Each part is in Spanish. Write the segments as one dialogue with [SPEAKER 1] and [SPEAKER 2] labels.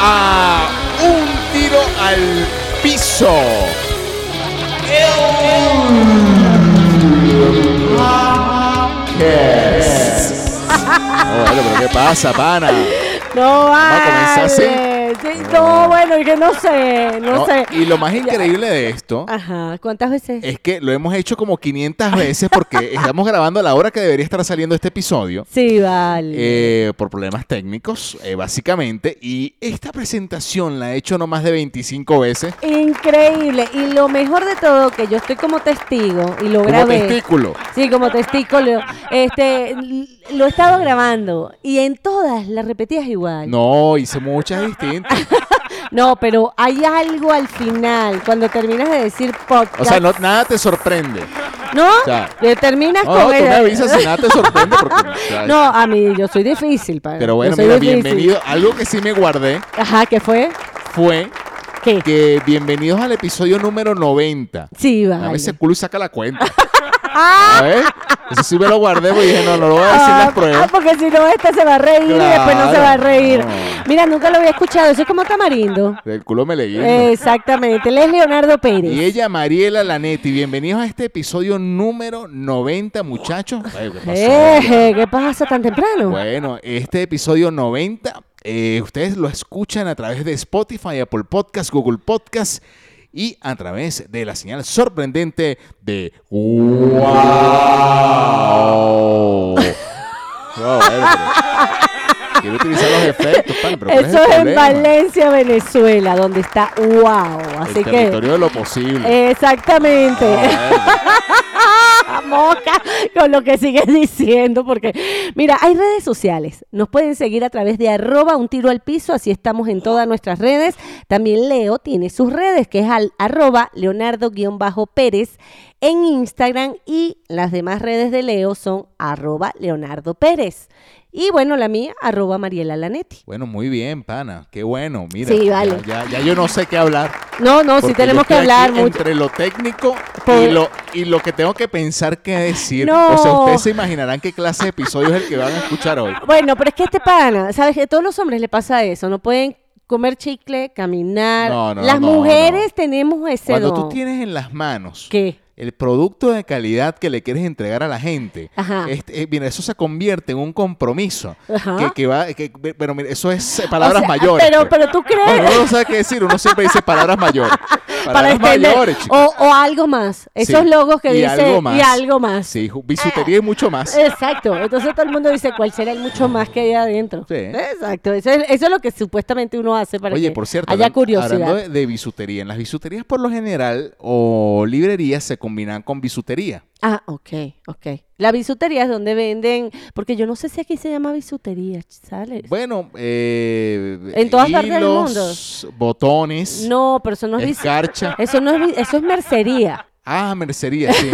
[SPEAKER 1] a un tiro al piso. No, bueno, pero ¿qué pasa, pana?
[SPEAKER 2] No
[SPEAKER 1] a comenzar así?
[SPEAKER 2] vale. Sí, no, bueno, es que no sé, no,
[SPEAKER 1] No,
[SPEAKER 2] sé.
[SPEAKER 1] Y lo más increíble Eh, de esto
[SPEAKER 2] Ajá, ¿cuántas veces?
[SPEAKER 1] es que lo hemos hecho como 500 veces porque estamos grabando a la hora que debería estar saliendo este episodio.
[SPEAKER 2] Sí, vale.
[SPEAKER 1] eh, por problemas técnicos, eh, básicamente. Y esta presentación la he hecho no más de 25 veces.
[SPEAKER 2] Increíble. Y lo mejor de todo, que yo estoy como testigo y lo
[SPEAKER 1] Como
[SPEAKER 2] grabé.
[SPEAKER 1] testículo.
[SPEAKER 2] Sí, como testículo. Este, l- lo he estado grabando y en todas las repetías igual.
[SPEAKER 1] No, hice muchas distintas.
[SPEAKER 2] No, pero hay algo al final, cuando terminas de decir podcast.
[SPEAKER 1] O sea, no, nada te sorprende.
[SPEAKER 2] ¿no?
[SPEAKER 1] o sea,
[SPEAKER 2] que terminas
[SPEAKER 1] No,
[SPEAKER 2] con
[SPEAKER 1] no, tú me
[SPEAKER 2] ella.
[SPEAKER 1] avisas si nada te sorprende. Porque, o sea,
[SPEAKER 2] No, a mí, yo soy difícil, padre.
[SPEAKER 1] pero bueno,
[SPEAKER 2] Yo soy
[SPEAKER 1] mira,
[SPEAKER 2] difícil.
[SPEAKER 1] bienvenido. Algo que sí me guardé
[SPEAKER 2] Ajá, ¿qué fue?
[SPEAKER 1] fue
[SPEAKER 2] ¿Qué?
[SPEAKER 1] que bienvenidos al episodio número 90.
[SPEAKER 2] Sí, vale.
[SPEAKER 1] Dame ese culo y saca la cuenta. A ver, eso sí me lo guardé porque dije, no, no lo voy a decir
[SPEAKER 2] Ah,
[SPEAKER 1] las pruebas.
[SPEAKER 2] ah, porque si no, este se va a reír y después no se va a
[SPEAKER 1] Claro,
[SPEAKER 2] reír.
[SPEAKER 1] no.
[SPEAKER 2] Mira, nunca lo había escuchado. Eso es como Tamarindo.
[SPEAKER 1] Del culo me leí.
[SPEAKER 2] Eh, Exactamente. Él es Leonardo Pérez.
[SPEAKER 1] Y ella, Mariela Lanetti. Bienvenidos a este episodio número 90, muchachos. Ay, ¿qué pasó?
[SPEAKER 2] Eh, ¿Qué pasa tan temprano?
[SPEAKER 1] Bueno, este episodio 90, eh, ustedes lo escuchan a través de Spotify, Apple Podcast, Google Podcast y a través de la señal sorprendente de ¡Wow! No, bueno, pero- Quiero utilizar los efectos, pan, pero ¿cuál
[SPEAKER 2] Eso
[SPEAKER 1] el
[SPEAKER 2] es en
[SPEAKER 1] problema?
[SPEAKER 2] Valencia, Venezuela, donde está wow.
[SPEAKER 1] El
[SPEAKER 2] Así que. Eh.
[SPEAKER 1] territorio Ah. de lo posible.
[SPEAKER 2] Exactamente.
[SPEAKER 1] Bueno.
[SPEAKER 2] Moca con lo que sigues diciendo, porque mira, hay redes sociales. Nos pueden seguir a través de arroba un tiro al piso, así estamos en todas nuestras redes. También Leo tiene sus redes, que es al arroba leonardo-pérez en Instagram y las demás redes de Leo son arroba leonardo pérez. Y bueno, la mía, arroba mariela lanetti.
[SPEAKER 1] Bueno, muy bien, pana. Qué bueno. Mira,
[SPEAKER 2] Sí,
[SPEAKER 1] ya-
[SPEAKER 2] vale.
[SPEAKER 1] ya, ya yo no sé qué hablar.
[SPEAKER 2] No, no, sí
[SPEAKER 1] porque
[SPEAKER 2] tenemos
[SPEAKER 1] yo
[SPEAKER 2] que
[SPEAKER 1] estoy aquí
[SPEAKER 2] hablar mucho.
[SPEAKER 1] Entre lo técnico y
[SPEAKER 2] Por-
[SPEAKER 1] lo, y lo que tengo que pensar qué decir.
[SPEAKER 2] No.
[SPEAKER 1] O sea, ustedes se imaginarán qué clase de episodio es el que van a escuchar hoy.
[SPEAKER 2] Bueno, pero es que este pana, sabes que a todos los hombres le pasa eso, no pueden comer chicle, caminar.
[SPEAKER 1] No, no,
[SPEAKER 2] Las
[SPEAKER 1] no,
[SPEAKER 2] mujeres tenemos ese
[SPEAKER 1] Cuando tú
[SPEAKER 2] don.
[SPEAKER 1] tienes en las manos
[SPEAKER 2] ¿Qué?
[SPEAKER 1] el producto de calidad que le quieres entregar a la gente,
[SPEAKER 2] Ajá.
[SPEAKER 1] este, eh, mira, eso se convierte en un compromiso.
[SPEAKER 2] Ajá.
[SPEAKER 1] Que, que va, que- pero mira, eso es eh, palabras
[SPEAKER 2] O sea,
[SPEAKER 1] mayores.
[SPEAKER 2] Pero,
[SPEAKER 1] pues.
[SPEAKER 2] pero tú
[SPEAKER 1] Cuando
[SPEAKER 2] crees.
[SPEAKER 1] uno no sabe qué decir, uno siempre dice palabras mayores.
[SPEAKER 2] para
[SPEAKER 1] Palabras
[SPEAKER 2] extender-
[SPEAKER 1] mayores, chicos.
[SPEAKER 2] o, o algo más. Esos
[SPEAKER 1] Sí.
[SPEAKER 2] logos que
[SPEAKER 1] Y
[SPEAKER 2] dicen
[SPEAKER 1] algo más.
[SPEAKER 2] y algo más. Ah.
[SPEAKER 1] Sí, ju- bisutería y mucho más.
[SPEAKER 2] Exacto. Entonces todo el mundo dice cuál será el mucho más que hay adentro.
[SPEAKER 1] Sí.
[SPEAKER 2] Exacto. Eso es, eso es lo que supuestamente uno hace para
[SPEAKER 1] Oye,
[SPEAKER 2] que
[SPEAKER 1] por cierto,
[SPEAKER 2] haya
[SPEAKER 1] hablan- hablando
[SPEAKER 2] curiosidad.
[SPEAKER 1] de, de bisutería, en las bisuterías por lo general o librerías se combinan con bisutería.
[SPEAKER 2] Ah, ok, ok. La bisutería es donde venden, porque yo no sé si aquí se llama bisutería, ¿sales?
[SPEAKER 1] Bueno, eh,
[SPEAKER 2] En todas partes del
[SPEAKER 1] hilos, botones,
[SPEAKER 2] No, pero eso no es bisu-
[SPEAKER 1] escarcha.
[SPEAKER 2] Eso no es, bi- eso es mercería.
[SPEAKER 1] Ah, mercería, sí.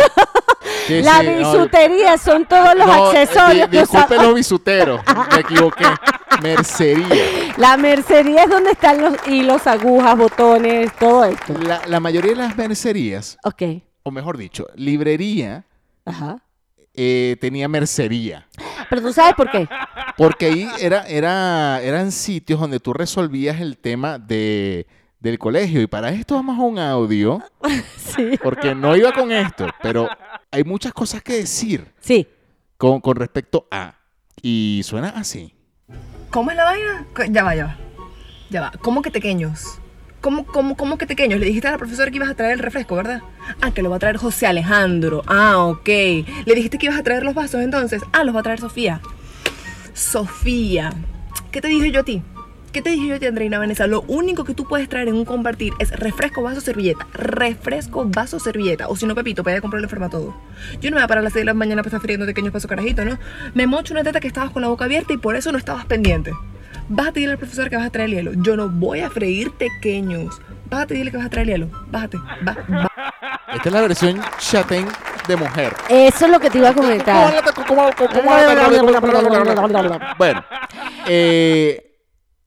[SPEAKER 1] Sí,
[SPEAKER 2] la
[SPEAKER 1] sí, no,
[SPEAKER 2] bisutería son todos los
[SPEAKER 1] no,
[SPEAKER 2] accesorios
[SPEAKER 1] di-
[SPEAKER 2] que
[SPEAKER 1] disculpe
[SPEAKER 2] usamos.
[SPEAKER 1] los bisuteros, me equivoqué. Mercería.
[SPEAKER 2] La mercería es donde están los hilos, agujas, botones, todo esto.
[SPEAKER 1] La, la mayoría de las mercerías,
[SPEAKER 2] Ok,
[SPEAKER 1] o mejor dicho, librería,
[SPEAKER 2] ajá.
[SPEAKER 1] eh, tenía mercería.
[SPEAKER 2] Pero tú sabes por qué.
[SPEAKER 1] Porque ahí era, era, eran sitios donde tú resolvías el tema de, del colegio. Y para esto vamos a un audio,
[SPEAKER 2] Sí.
[SPEAKER 1] porque no iba con esto, pero hay muchas cosas que decir
[SPEAKER 2] Sí.
[SPEAKER 1] con, con respecto a. Y suena así.
[SPEAKER 3] ¿Cómo es la vaina? Co- Ya va, ya va. Ya va. ¿Cómo que pequeños? ¿Cómo, cómo, ¿Cómo que pequeños? Le dijiste a la profesora que ibas a traer el refresco, ¿verdad? Ah, que lo va a traer José Alejandro. Ah, ok. Le dijiste que ibas a traer los vasos entonces. Ah, los va a traer Sofía. Sofía. ¿Qué te dije yo a ti? ¿Qué te dije yo a ti, Andreina Vanessa? Lo único que tú puedes traer en un compartir es refresco, vaso, servilleta. Refresco, vaso, servilleta. O si no, Pepito, vaya a comprar el todo. Yo no me voy a parar a las 6 de la mañana para estar friendo pequeños pasos carajito, ¿no? Me mocho una teta que estabas con la boca abierta y por eso no estabas pendiente. Vas a pedirle al profesor que vas a traer el hielo. Yo no voy a freír pequeños. Vas a pedirle que vas a traer el hielo. Bájate. Va, va.
[SPEAKER 1] Esta es la versión chatén de mujer.
[SPEAKER 2] Eso es lo que te iba a comentar.
[SPEAKER 1] Bueno, eh,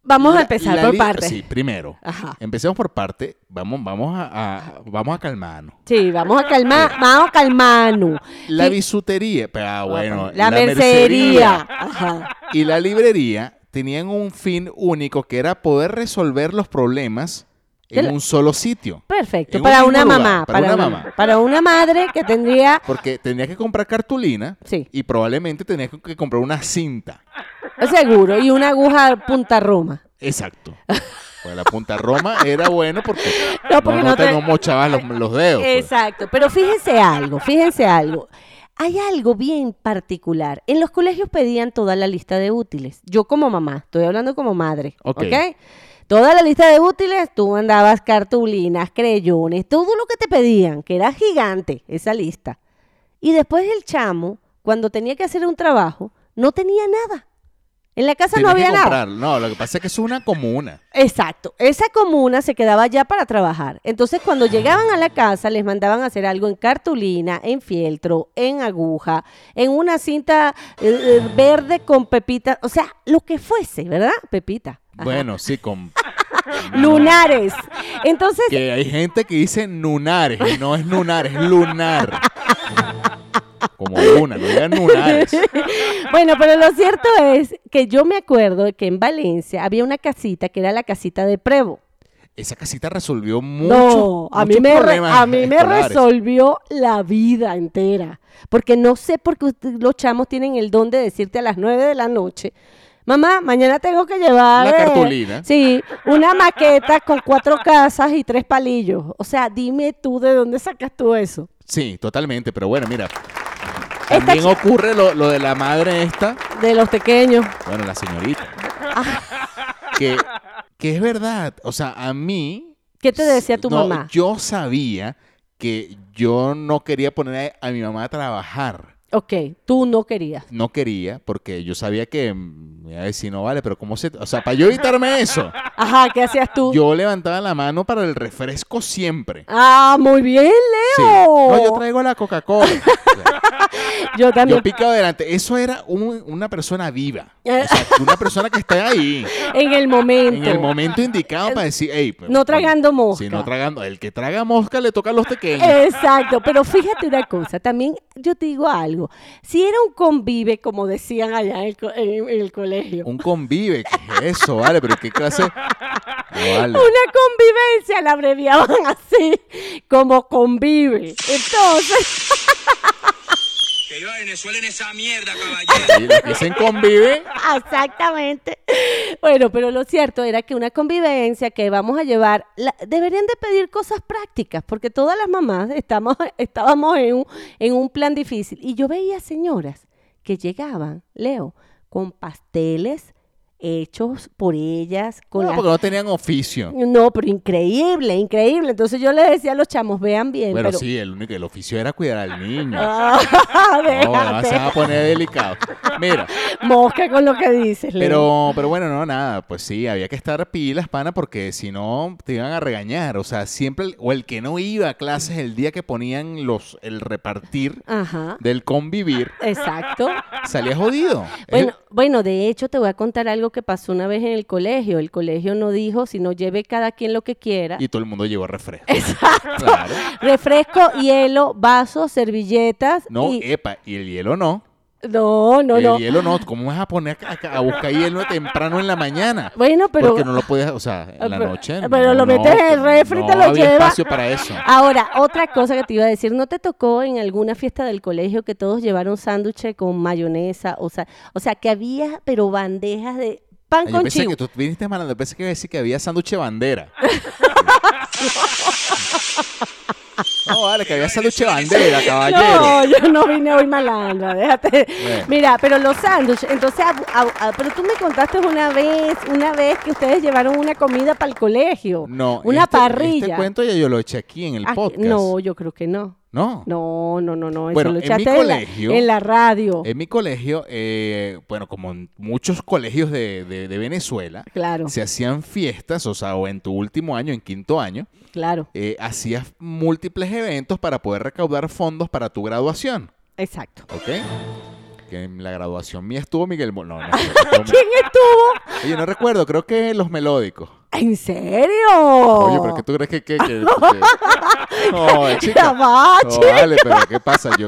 [SPEAKER 2] Vamos a
[SPEAKER 1] la-
[SPEAKER 2] empezar
[SPEAKER 1] la
[SPEAKER 2] por
[SPEAKER 1] li-
[SPEAKER 2] partes.
[SPEAKER 1] Sí, primero.
[SPEAKER 2] Ajá.
[SPEAKER 1] Empecemos por parte. Vamos, vamos a, a- vamos a calmarnos.
[SPEAKER 2] Sí, vamos a calmar, vamos a calmarnos.
[SPEAKER 1] La
[SPEAKER 2] Sí.
[SPEAKER 1] bisutería. pero, ah, bueno.
[SPEAKER 2] la, Ah, mercería. Ajá.
[SPEAKER 1] Y la librería tenían un fin único que era poder resolver los problemas en
[SPEAKER 2] Del-
[SPEAKER 1] un solo sitio.
[SPEAKER 2] Perfecto,
[SPEAKER 1] En un
[SPEAKER 2] para
[SPEAKER 1] mismo
[SPEAKER 2] una
[SPEAKER 1] lugar,
[SPEAKER 2] mamá,
[SPEAKER 1] para
[SPEAKER 2] para,
[SPEAKER 1] una
[SPEAKER 2] una
[SPEAKER 1] mamá.
[SPEAKER 2] para una madre que tendría,
[SPEAKER 1] Porque tenía que comprar cartulina
[SPEAKER 2] Sí.
[SPEAKER 1] y probablemente tenía que- que comprar una cinta.
[SPEAKER 2] seguro, y una aguja punta roma.
[SPEAKER 1] Exacto. Pues la punta Roma era bueno porque
[SPEAKER 2] No, porque
[SPEAKER 1] no, no
[SPEAKER 2] no
[SPEAKER 1] te,
[SPEAKER 2] te-
[SPEAKER 1] no mochabas los, los dedos. pues.
[SPEAKER 2] Exacto, pero fíjense algo, fíjense algo. Hay algo bien particular. En los colegios pedían toda la lista de útiles. Yo como mamá, estoy hablando como madre,
[SPEAKER 1] Ok.
[SPEAKER 2] ¿ok? Toda la lista de útiles, tú andabas cartulinas, creyones, todo lo que te pedían, que era gigante esa lista. Y después el chamo, cuando tenía que hacer un trabajo, no tenía nada. En la casa no
[SPEAKER 1] Tenías que
[SPEAKER 2] había nada.
[SPEAKER 1] comprar. No, lo que pasa es que es una comuna.
[SPEAKER 2] Exacto. Esa comuna se quedaba ya para trabajar. Entonces, cuando llegaban a la casa, les mandaban a hacer algo en cartulina, en fieltro, en aguja, en una cinta eh, eh, verde con pepita. O sea, lo que fuese, ¿verdad? Pepita. Ajá.
[SPEAKER 1] Bueno, sí, con...
[SPEAKER 2] Lunares. Entonces,
[SPEAKER 1] que hay gente que dice lunares y no es lunar, es lunar. Como luna, no digan lunares.
[SPEAKER 2] bueno, pero lo cierto es que yo me acuerdo de que en Valencia había una casita que era la casita de Prevo.
[SPEAKER 1] Esa casita resolvió mucho.
[SPEAKER 2] No, a mí,
[SPEAKER 1] muchos
[SPEAKER 2] me, re-
[SPEAKER 1] problemas
[SPEAKER 2] a mí me
[SPEAKER 1] escolares.
[SPEAKER 2] resolvió la vida entera. Porque no sé por qué usted- los chamos tienen el don de decirte a las 9 de la noche. Mamá, mañana tengo que llevar.
[SPEAKER 1] Una
[SPEAKER 2] eh,
[SPEAKER 1] cartulina.
[SPEAKER 2] sí, una maqueta con cuatro casas y tres palillos. O sea, dime tú de dónde sacas tú eso.
[SPEAKER 1] Sí, totalmente, pero bueno, mira.
[SPEAKER 2] Esta
[SPEAKER 1] También
[SPEAKER 2] chi-
[SPEAKER 1] ocurre lo, lo de la madre esta,
[SPEAKER 2] De los pequeños.
[SPEAKER 1] bueno, la señorita.
[SPEAKER 2] Ah.
[SPEAKER 1] Que, que es verdad, o sea, a mí...
[SPEAKER 2] ¿Qué te decía tu
[SPEAKER 1] no,
[SPEAKER 2] mamá?
[SPEAKER 1] Yo sabía que yo no quería poner a, a mi mamá a trabajar.
[SPEAKER 2] Ok, tú no querías.
[SPEAKER 1] No quería, porque yo sabía que... mm, Me iba a decir, no vale, pero ¿cómo se...? O sea, para yo evitarme eso,
[SPEAKER 2] Ajá, ¿qué hacías tú?
[SPEAKER 1] yo levantaba la mano para el refresco siempre.
[SPEAKER 2] Ah, muy bien,
[SPEAKER 1] Sí.
[SPEAKER 2] Leo.
[SPEAKER 1] No, yo traigo la Coca-Cola. O sea,
[SPEAKER 2] Yo también.
[SPEAKER 1] Yo picaba adelante. Eso era un- una persona viva. O sea, una persona que está ahí
[SPEAKER 2] en el momento.
[SPEAKER 1] en el momento indicado para decir, "Ey, pues,
[SPEAKER 2] No tragando
[SPEAKER 1] Sí,
[SPEAKER 2] mosca. Eh.
[SPEAKER 1] no tragando. El que traga mosca le toca a los pequeños.
[SPEAKER 2] Exacto, pero fíjate una cosa, también yo te digo algo, si era un convive, como decían allá en el, co- en- en el colegio,
[SPEAKER 1] Un convive. ¿Qué es eso? Vale, pero ¿qué clase? No, vale.
[SPEAKER 2] una convivencia la abreviaban así, como convive. Entonces,
[SPEAKER 4] Que iba a Venezuela en esa mierda, caballero.
[SPEAKER 1] Y los que dicen convive.
[SPEAKER 2] exactamente. Bueno, pero lo cierto era que una convivencia que vamos a llevar, la- deberían de pedir cosas prácticas, porque todas las mamás estamos, estábamos en un, en un plan difícil. Y yo veía señoras que llegaban, Leo, con pasteles hechos por ellas, con
[SPEAKER 1] No,
[SPEAKER 2] la-
[SPEAKER 1] porque no tenían oficio.
[SPEAKER 2] No, pero increíble, increíble. Entonces yo le decía a los chamos, vean bien,
[SPEAKER 1] Bueno,
[SPEAKER 2] pero...
[SPEAKER 1] sí, el único, el oficio era cuidar al niño.
[SPEAKER 2] Ah,
[SPEAKER 1] No,
[SPEAKER 2] déjate.
[SPEAKER 1] se va a poner delicado. Mira.
[SPEAKER 2] Mosca con lo que dices, Leo.
[SPEAKER 1] Pero, pero bueno, no, nada, pues sí, había que estar pilas, pana, porque si no te iban a regañar. O sea, siempre, el- o el que no iba a clases el día que ponían los, el repartir
[SPEAKER 2] Ajá,
[SPEAKER 1] del convivir,
[SPEAKER 2] exacto.
[SPEAKER 1] salía jodido. ¿eh?
[SPEAKER 2] Bueno, bueno, de hecho te voy a contar algo que pasó una vez en el colegio. El colegio no dijo, sino lleve cada quien lo que quiera.
[SPEAKER 1] Eh, y todo el mundo llevó refresco.
[SPEAKER 2] Exacto.
[SPEAKER 1] Claro.
[SPEAKER 2] Refresco, hielo, vasos, servilletas.
[SPEAKER 1] No,
[SPEAKER 2] y-
[SPEAKER 1] epa, y el hielo no.
[SPEAKER 2] no, no,
[SPEAKER 1] el
[SPEAKER 2] no.
[SPEAKER 1] hielo no. ¿Cómo vas a poner a, a buscar hielo temprano en la mañana?
[SPEAKER 2] Bueno, pero Ah,
[SPEAKER 1] Porque no lo podías, o sea, en la
[SPEAKER 2] pero-
[SPEAKER 1] noche.
[SPEAKER 2] pero
[SPEAKER 1] no,
[SPEAKER 2] lo metes en el
[SPEAKER 1] no,
[SPEAKER 2] refri y te
[SPEAKER 1] no
[SPEAKER 2] lo
[SPEAKER 1] había
[SPEAKER 2] llevas.
[SPEAKER 1] espacio para eso.
[SPEAKER 2] Ahora, otra cosa que te iba a decir, ¿no te tocó en alguna fiesta del colegio que todos llevaron sándwiches con mayonesa? O sea, o sea, que había, pero bandejas de pan
[SPEAKER 1] Ay, yo
[SPEAKER 2] con
[SPEAKER 1] pensé
[SPEAKER 2] chivo.
[SPEAKER 1] que tú viniste malando, pensé que iba a decir que había sándwich de bandera. no, vale, que había sándwich de bandera, caballero.
[SPEAKER 2] No, yo no vine hoy malandra, déjate.
[SPEAKER 1] Bueno.
[SPEAKER 2] Mira, pero los sándwiches, entonces, abu- abu- ah, pero tú me contaste una vez, una vez que ustedes llevaron una comida para el colegio. Una
[SPEAKER 1] este-
[SPEAKER 2] parrilla.
[SPEAKER 1] Este cuento ya yo lo eché aquí en el
[SPEAKER 2] Ah,
[SPEAKER 1] podcast.
[SPEAKER 2] No, yo creo que no.
[SPEAKER 1] No.
[SPEAKER 2] No, no, no, no. eso
[SPEAKER 1] Bueno,
[SPEAKER 2] lo
[SPEAKER 1] en mi
[SPEAKER 2] echaste en la-
[SPEAKER 1] colegio-
[SPEAKER 2] en la radio.
[SPEAKER 1] En mi colegio, eh, bueno, como en muchos colegios de, de- de Venezuela,
[SPEAKER 2] Claro,
[SPEAKER 1] se hacían fiestas, o sea, o en tu último año, en quinto año,
[SPEAKER 2] claro.
[SPEAKER 1] eh, hacías múltiples eventos para poder recaudar fondos para tu graduación,
[SPEAKER 2] Exacto.
[SPEAKER 1] ¿ok? Que en la graduación mía estuvo Miguel... Bo- No, no,
[SPEAKER 2] ¿Quién estuvo?
[SPEAKER 1] Oye, no recuerdo, creo que los melódicos.
[SPEAKER 2] ¿En serio? Oh.
[SPEAKER 1] Oye, pero ¿qué tú crees que.? que, que- que- No, eh, chica.
[SPEAKER 2] Ya va,
[SPEAKER 1] No,
[SPEAKER 2] chica.
[SPEAKER 1] vale, pero ¿qué pasa? Yo.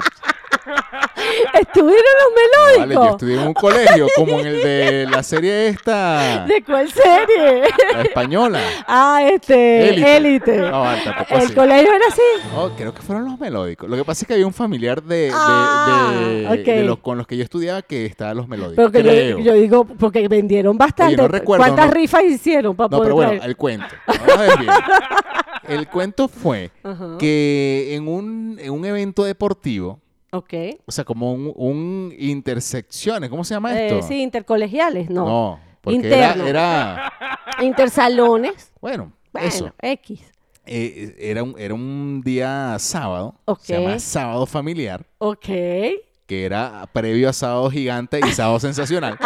[SPEAKER 2] Estuvieron los
[SPEAKER 1] Vale, yo
[SPEAKER 2] melódicos.
[SPEAKER 1] estudié en un colegio como en el de la serie esta,
[SPEAKER 2] ¿De cuál serie?
[SPEAKER 1] la española.
[SPEAKER 2] ah, este,
[SPEAKER 1] Élite.
[SPEAKER 2] élite.
[SPEAKER 1] No, vale, tampoco
[SPEAKER 2] El
[SPEAKER 1] así.
[SPEAKER 2] colegio era así.
[SPEAKER 1] Oh, creo que fueron los melódicos. Lo que pasa es que había un familiar de, de-
[SPEAKER 2] Ah,
[SPEAKER 1] de-
[SPEAKER 2] ok.
[SPEAKER 1] de los con los que yo estudiaba que estaba los
[SPEAKER 2] Pero
[SPEAKER 1] melódicos.
[SPEAKER 2] que
[SPEAKER 1] creo.
[SPEAKER 2] yo, yo digo, porque vendieron bastante.
[SPEAKER 1] recuerdo,
[SPEAKER 2] ¿Cuántas
[SPEAKER 1] no-
[SPEAKER 2] rifas hicieron para
[SPEAKER 1] No,
[SPEAKER 2] poder
[SPEAKER 1] pero bueno,
[SPEAKER 2] traer?
[SPEAKER 1] el cuento. Vamos a desviar. El cuento fue que en un, en un evento deportivo,
[SPEAKER 2] Ok. Eh,
[SPEAKER 1] o sea, como un, un intersecciones, ¿cómo se llama
[SPEAKER 2] Eh,
[SPEAKER 1] esto?
[SPEAKER 2] sí, intercolegiales, no.
[SPEAKER 1] No, porque era,
[SPEAKER 2] Interno.
[SPEAKER 1] era-
[SPEAKER 2] Intersalones.
[SPEAKER 1] bueno,
[SPEAKER 2] Bueno,
[SPEAKER 1] eso.
[SPEAKER 2] X.
[SPEAKER 1] Eh, era, un, era un día sábado, se
[SPEAKER 2] Ok.
[SPEAKER 1] llama Sábado Familiar,
[SPEAKER 2] Ok.
[SPEAKER 1] que era previo a Sábado Gigante y Sábado Sensacional.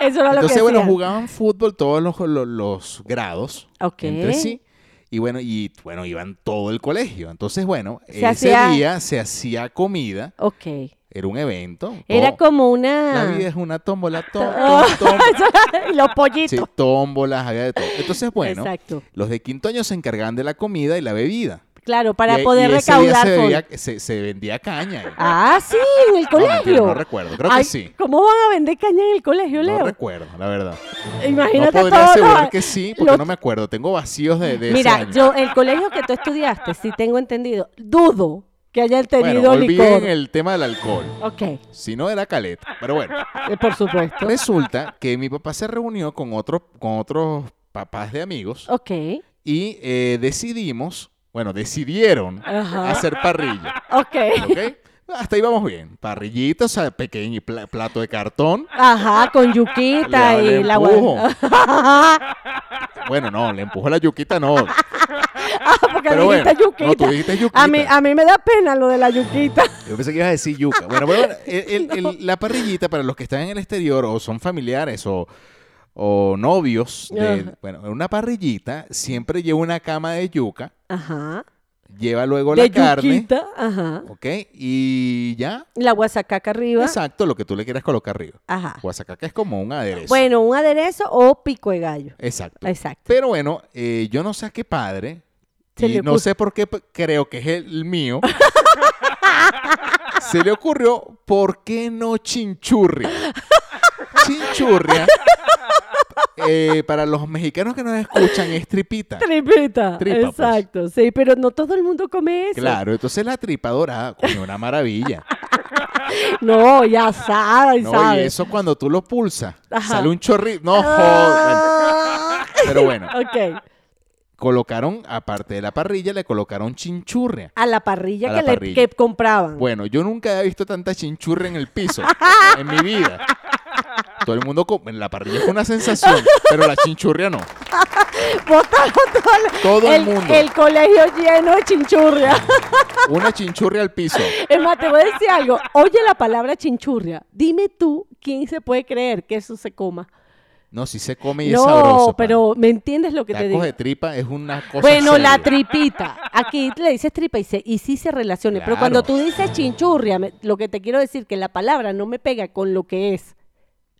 [SPEAKER 2] Eso era lo
[SPEAKER 1] Entonces,
[SPEAKER 2] que
[SPEAKER 1] bueno,
[SPEAKER 2] hacían.
[SPEAKER 1] jugaban fútbol todos los, los- los grados
[SPEAKER 2] Ok.
[SPEAKER 1] entre sí. Y bueno, y bueno, iban todo el colegio. Entonces, bueno,
[SPEAKER 2] Se
[SPEAKER 1] ese
[SPEAKER 2] hacía-
[SPEAKER 1] día se hacía comida,
[SPEAKER 2] Ok.
[SPEAKER 1] era un evento.
[SPEAKER 2] Era
[SPEAKER 1] todo.
[SPEAKER 2] como Ah,
[SPEAKER 1] La
[SPEAKER 2] una...
[SPEAKER 1] vida es una tómbola, tó- tó- tómbola.
[SPEAKER 2] Y los pollitos.
[SPEAKER 1] Sí, tómbolas, había de todo. Entonces, bueno,
[SPEAKER 2] Exacto.
[SPEAKER 1] los de quinto año se encargaban de la comida y la bebida.
[SPEAKER 2] Claro, para
[SPEAKER 1] Y-
[SPEAKER 2] poder
[SPEAKER 1] y ese día
[SPEAKER 2] recaudar
[SPEAKER 1] se,
[SPEAKER 2] fondos.
[SPEAKER 1] bebía- se- se vendía caña. ¿eh?
[SPEAKER 2] Ah, sí, en el
[SPEAKER 1] No, mentira,
[SPEAKER 2] colegio.
[SPEAKER 1] no recuerdo, creo que
[SPEAKER 2] Ay,
[SPEAKER 1] sí.
[SPEAKER 2] ¿Cómo van a vender caña en el colegio,
[SPEAKER 1] no
[SPEAKER 2] Leo?
[SPEAKER 1] recuerdo, la verdad. No
[SPEAKER 2] Imagínate
[SPEAKER 1] podría
[SPEAKER 2] todos
[SPEAKER 1] asegurar
[SPEAKER 2] los-
[SPEAKER 1] que sí, porque
[SPEAKER 2] los-
[SPEAKER 1] no me acuerdo. Tengo vacíos de, de ese
[SPEAKER 2] Mira,
[SPEAKER 1] año.
[SPEAKER 2] yo, el colegio que tú estudiaste, si tengo entendido, dudo que hayan tenido
[SPEAKER 1] Bueno, olviden
[SPEAKER 2] licor.
[SPEAKER 1] el tema del alcohol.
[SPEAKER 2] Ok, eh,
[SPEAKER 1] Si no, era caleta. Pero bueno,
[SPEAKER 2] por supuesto.
[SPEAKER 1] resulta que mi papá se reunió con, otro, con otros papás de amigos
[SPEAKER 2] Ok,
[SPEAKER 1] y eh, decidimos, bueno, decidieron
[SPEAKER 2] Ajá.
[SPEAKER 1] hacer parrilla.
[SPEAKER 2] ok.
[SPEAKER 1] ¿Ok? Hasta ahí vamos bien. Parrillita, o sea, pequeño pla- plato de cartón.
[SPEAKER 2] Ajá, con yuquita
[SPEAKER 1] Le- le
[SPEAKER 2] y la
[SPEAKER 1] empujo.
[SPEAKER 2] guan- Ah,
[SPEAKER 1] Bueno, no, le empujó la yuquita, no.
[SPEAKER 2] Ah, porque
[SPEAKER 1] Pero
[SPEAKER 2] dijiste
[SPEAKER 1] bueno,
[SPEAKER 2] yuquita.
[SPEAKER 1] no, tú dijiste yuquita.
[SPEAKER 2] A mí, a mí me da pena lo de la yuquita.
[SPEAKER 1] Yo pensé que ibas a decir yuca. Bueno, pero bueno, el- el- el- la parrillita para los que están en el exterior o son familiares o, o novios, de-
[SPEAKER 2] Ajá.
[SPEAKER 1] bueno, una parrillita siempre lleva una cama de yuca,
[SPEAKER 2] Ajá.
[SPEAKER 1] lleva luego
[SPEAKER 2] de
[SPEAKER 1] la carne,
[SPEAKER 2] yuquita, ajá.
[SPEAKER 1] ¿ok? Y ya,
[SPEAKER 2] La guasacaca arriba.
[SPEAKER 1] exacto, Pues. lo que tú le quieras colocar arriba.
[SPEAKER 2] Ajá.
[SPEAKER 1] Guasacaca es como un aderezo.
[SPEAKER 2] Bueno, un aderezo o pico de gallo.
[SPEAKER 1] Exacto.
[SPEAKER 2] Exacto.
[SPEAKER 1] Pero bueno, eh, yo no sé a qué padre,
[SPEAKER 2] Se
[SPEAKER 1] y
[SPEAKER 2] le
[SPEAKER 1] no
[SPEAKER 2] ocur-
[SPEAKER 1] sé por qué, p- creo que es el mío, se le ocurrió, ¿por qué no chinchurria? Chinchurria, eh, para los mexicanos que nos escuchan, es tripita.
[SPEAKER 2] Tripita.
[SPEAKER 1] Tripa, pues.
[SPEAKER 2] Exacto. Sí, pero no todo el mundo come eso.
[SPEAKER 1] Claro, entonces la tripa dorada, coño, una maravilla.
[SPEAKER 2] No, ya sabes,
[SPEAKER 1] No, y
[SPEAKER 2] sabes.
[SPEAKER 1] eso cuando tú lo pulsas,
[SPEAKER 2] Ajá.
[SPEAKER 1] sale un chorrito. No, joder.
[SPEAKER 2] Ah.
[SPEAKER 1] Pero bueno,
[SPEAKER 2] ok.
[SPEAKER 1] colocaron, aparte de la parrilla, le colocaron chinchurria.
[SPEAKER 2] A la parrilla,
[SPEAKER 1] A
[SPEAKER 2] que,
[SPEAKER 1] la
[SPEAKER 2] le-
[SPEAKER 1] parrilla.
[SPEAKER 2] que compraban.
[SPEAKER 1] Bueno, yo nunca había visto tanta chinchurria en el piso en mi vida. Todo el mundo come. La parrilla fue una sensación, pero la chinchurria no.
[SPEAKER 2] Botaron todo el,
[SPEAKER 1] Todo el mundo.
[SPEAKER 2] el colegio lleno de chinchurria.
[SPEAKER 1] Una chinchurria al piso.
[SPEAKER 2] Es más, te voy a decir algo. Oye la palabra chinchurria. Dime tú quién se puede creer que eso se coma.
[SPEAKER 1] No, si se come y
[SPEAKER 2] no,
[SPEAKER 1] es sabroso. pana.
[SPEAKER 2] pero ¿me entiendes lo que te digo?
[SPEAKER 1] Tacos de tripa es una cosa.
[SPEAKER 2] Bueno, la
[SPEAKER 1] seria.
[SPEAKER 2] tripita. Aquí le dices tripa y, se, y sí se relaciona. Pero cuando
[SPEAKER 1] Claro.
[SPEAKER 2] tú dices chinchurria, me- lo que te quiero decir que la palabra no me pega con lo que es.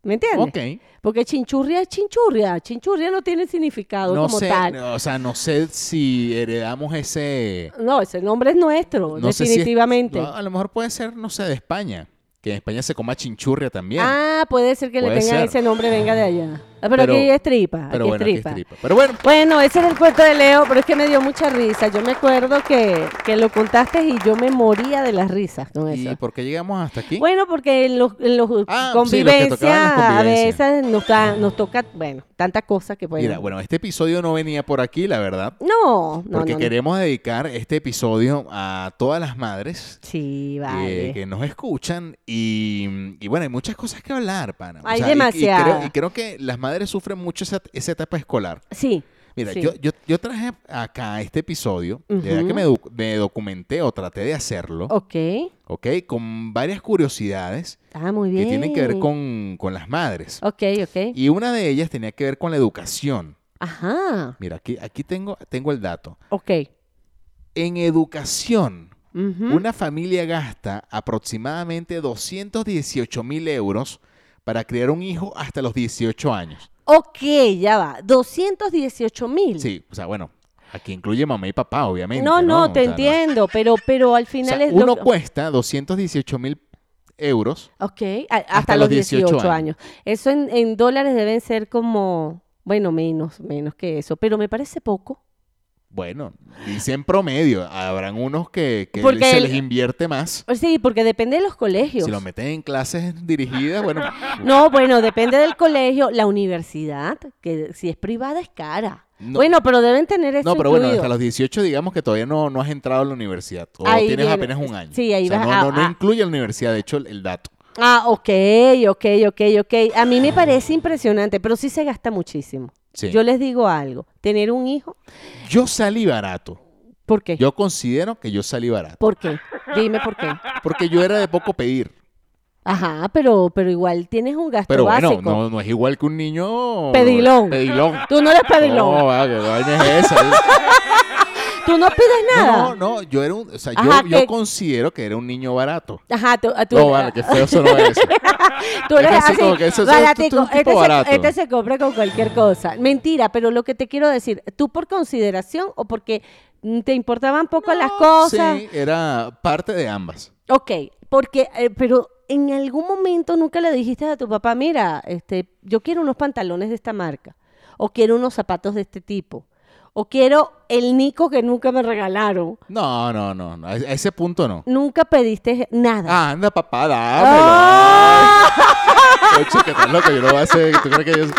[SPEAKER 2] ¿Me entiendes?
[SPEAKER 1] Ok.
[SPEAKER 2] Porque chinchurria es chinchurria. Chinchurria no tiene significado
[SPEAKER 1] No
[SPEAKER 2] como
[SPEAKER 1] sé,
[SPEAKER 2] tal. No.
[SPEAKER 1] no, o sea, no sé si heredamos ese.
[SPEAKER 2] ese nombre es nuestro,
[SPEAKER 1] No sé si es-
[SPEAKER 2] definitivamente.
[SPEAKER 1] no, a lo mejor puede ser, no sé, de España. Que en España se coma chinchurria también.
[SPEAKER 2] ah, puede ser que
[SPEAKER 1] Puede
[SPEAKER 2] le tengan
[SPEAKER 1] ser.
[SPEAKER 2] ese nombre, venga de allá. Ah, Pero,
[SPEAKER 1] Pero-
[SPEAKER 2] aquí es tripa.
[SPEAKER 1] pero
[SPEAKER 2] aquí
[SPEAKER 1] bueno,
[SPEAKER 2] es
[SPEAKER 1] aquí es
[SPEAKER 2] tripa.
[SPEAKER 1] tripa. Pero bueno,
[SPEAKER 2] Bueno, ese era el cuento de Leo, pero es que me dio mucha risa. Yo me acuerdo que, que lo contaste y yo me moría de las risas con eso.
[SPEAKER 1] ¿y por qué llegamos hasta aquí?
[SPEAKER 2] Bueno, porque en los, en los
[SPEAKER 1] Ah, sí, los que
[SPEAKER 2] convivencias
[SPEAKER 1] tocaban las
[SPEAKER 2] a
[SPEAKER 1] convivencias.
[SPEAKER 2] veces nos, ca- nos toca, bueno, tanta cosa que pueden.
[SPEAKER 1] Mira, bueno, este episodio no venía por aquí, la verdad.
[SPEAKER 2] no, no,
[SPEAKER 1] Porque
[SPEAKER 2] no, no.
[SPEAKER 1] queremos dedicar este episodio a todas las madres
[SPEAKER 2] Sí,
[SPEAKER 1] eh,
[SPEAKER 2] vale.
[SPEAKER 1] que nos escuchan. Y, y bueno, hay muchas cosas que hablar, pana.
[SPEAKER 2] Hay
[SPEAKER 1] y- y creo-
[SPEAKER 2] demasiadas.
[SPEAKER 1] Y, creo, que las madres sufren mucho esa, esa etapa escolar.
[SPEAKER 2] Sí.
[SPEAKER 1] Mira,
[SPEAKER 2] Sí.
[SPEAKER 1] yo, yo, yo traje acá este episodio, de verdad
[SPEAKER 2] Ujú.
[SPEAKER 1] que me, doc- me documenté o traté de hacerlo,
[SPEAKER 2] Ok.
[SPEAKER 1] ¿ok? Con varias curiosidades
[SPEAKER 2] Ah, muy bien.
[SPEAKER 1] que tienen que ver con, con las madres.
[SPEAKER 2] Ok, ok.
[SPEAKER 1] Y una de ellas tenía que ver con la educación.
[SPEAKER 2] Ajá.
[SPEAKER 1] Mira, aquí, aquí tengo, tengo el dato.
[SPEAKER 2] Ok.
[SPEAKER 1] En educación,
[SPEAKER 2] Ujú.
[SPEAKER 1] una familia gasta aproximadamente 218 mil euros para criar un hijo hasta los 18 años.
[SPEAKER 2] Ok, ya va. 218 mil.
[SPEAKER 1] Sí, o sea, bueno, aquí incluye mamá y papá, obviamente.
[SPEAKER 2] No, no,
[SPEAKER 1] O
[SPEAKER 2] te
[SPEAKER 1] sea,
[SPEAKER 2] entiendo, pero pero al
[SPEAKER 1] O
[SPEAKER 2] final
[SPEAKER 1] sea,
[SPEAKER 2] es
[SPEAKER 1] uno
[SPEAKER 2] lo-
[SPEAKER 1] cuesta 218 mil euros.
[SPEAKER 2] Ok, a- hasta, los 18, años. Eso en, en dólares deben ser como, bueno, menos, menos que eso, pero me parece poco.
[SPEAKER 1] Bueno, dicen promedio. Habrán unos que, que
[SPEAKER 2] Porque
[SPEAKER 1] se
[SPEAKER 2] el-
[SPEAKER 1] les invierte más.
[SPEAKER 2] Sí, porque depende de los colegios.
[SPEAKER 1] Si lo meten en clases dirigidas, bueno.
[SPEAKER 2] No, bueno, depende del colegio, la universidad, que si es privada es cara.
[SPEAKER 1] No.
[SPEAKER 2] Bueno, pero deben tener eso
[SPEAKER 1] No, pero bueno,
[SPEAKER 2] incluido.
[SPEAKER 1] hasta los 18 digamos que todavía no, no has entrado a la universidad. O
[SPEAKER 2] Ahí
[SPEAKER 1] tienes
[SPEAKER 2] viene.
[SPEAKER 1] apenas un año.
[SPEAKER 2] Sí, ahí
[SPEAKER 1] O sea,
[SPEAKER 2] vas
[SPEAKER 1] no,
[SPEAKER 2] a- ah.
[SPEAKER 1] no, no
[SPEAKER 2] a-
[SPEAKER 1] incluye la universidad, de hecho, el, el dato.
[SPEAKER 2] Ah, ok, ok, ok, ok. A mí me parece impresionante, pero sí se gasta muchísimo.
[SPEAKER 1] Sí.
[SPEAKER 2] Yo
[SPEAKER 1] Yo,
[SPEAKER 2] les digo algo, tener un hijo,
[SPEAKER 1] salí barato.
[SPEAKER 2] ¿por qué?
[SPEAKER 1] Yo considero que yo salí barato.
[SPEAKER 2] ¿Por qué? Dime por qué.
[SPEAKER 1] Porque yo era de poco pedir.
[SPEAKER 2] Ajá, pero, pero igual tienes un gasto
[SPEAKER 1] Pero bueno,
[SPEAKER 2] básico.
[SPEAKER 1] no, no es igual que un niño.
[SPEAKER 2] Pedilón.
[SPEAKER 1] Pedilón.
[SPEAKER 2] Tú no eres pedilón.
[SPEAKER 1] No, va, que vaina es esa.
[SPEAKER 2] Tú no pides nada.
[SPEAKER 1] No, no, no, yo era un, o sea, yo-
[SPEAKER 2] Ajá,
[SPEAKER 1] yo,
[SPEAKER 2] que-
[SPEAKER 1] considero que era un niño barato.
[SPEAKER 2] Ajá, tú, tú,
[SPEAKER 1] No, vale, que feo sonó eso.
[SPEAKER 2] tú eres
[SPEAKER 1] es así
[SPEAKER 2] así,
[SPEAKER 1] como que eso es-
[SPEAKER 2] baratico.
[SPEAKER 1] tú eres un tipo
[SPEAKER 2] Este se-
[SPEAKER 1] barato.
[SPEAKER 2] este se compra con cualquier cosa. Mentira, pero lo que te quiero decir, tú por consideración o porque mm, te importaban poco las cosas.
[SPEAKER 1] Sí, era parte de ambas.
[SPEAKER 2] Ok, porque, eh, pero en algún momento nunca le dijiste a tu papá, mira, este, yo quiero unos pantalones de esta marca, o quiero unos zapatos de este tipo, o quiero el Nico que nunca me regalaron.
[SPEAKER 1] No, no, no, no, a a ese punto no.
[SPEAKER 2] Nunca pediste nada.
[SPEAKER 1] Ah, anda, papá, dámelo.
[SPEAKER 2] ¡Ah!
[SPEAKER 1] Oye, que estás loco, yo no voy a hacer. ¿Tú crees que yo.?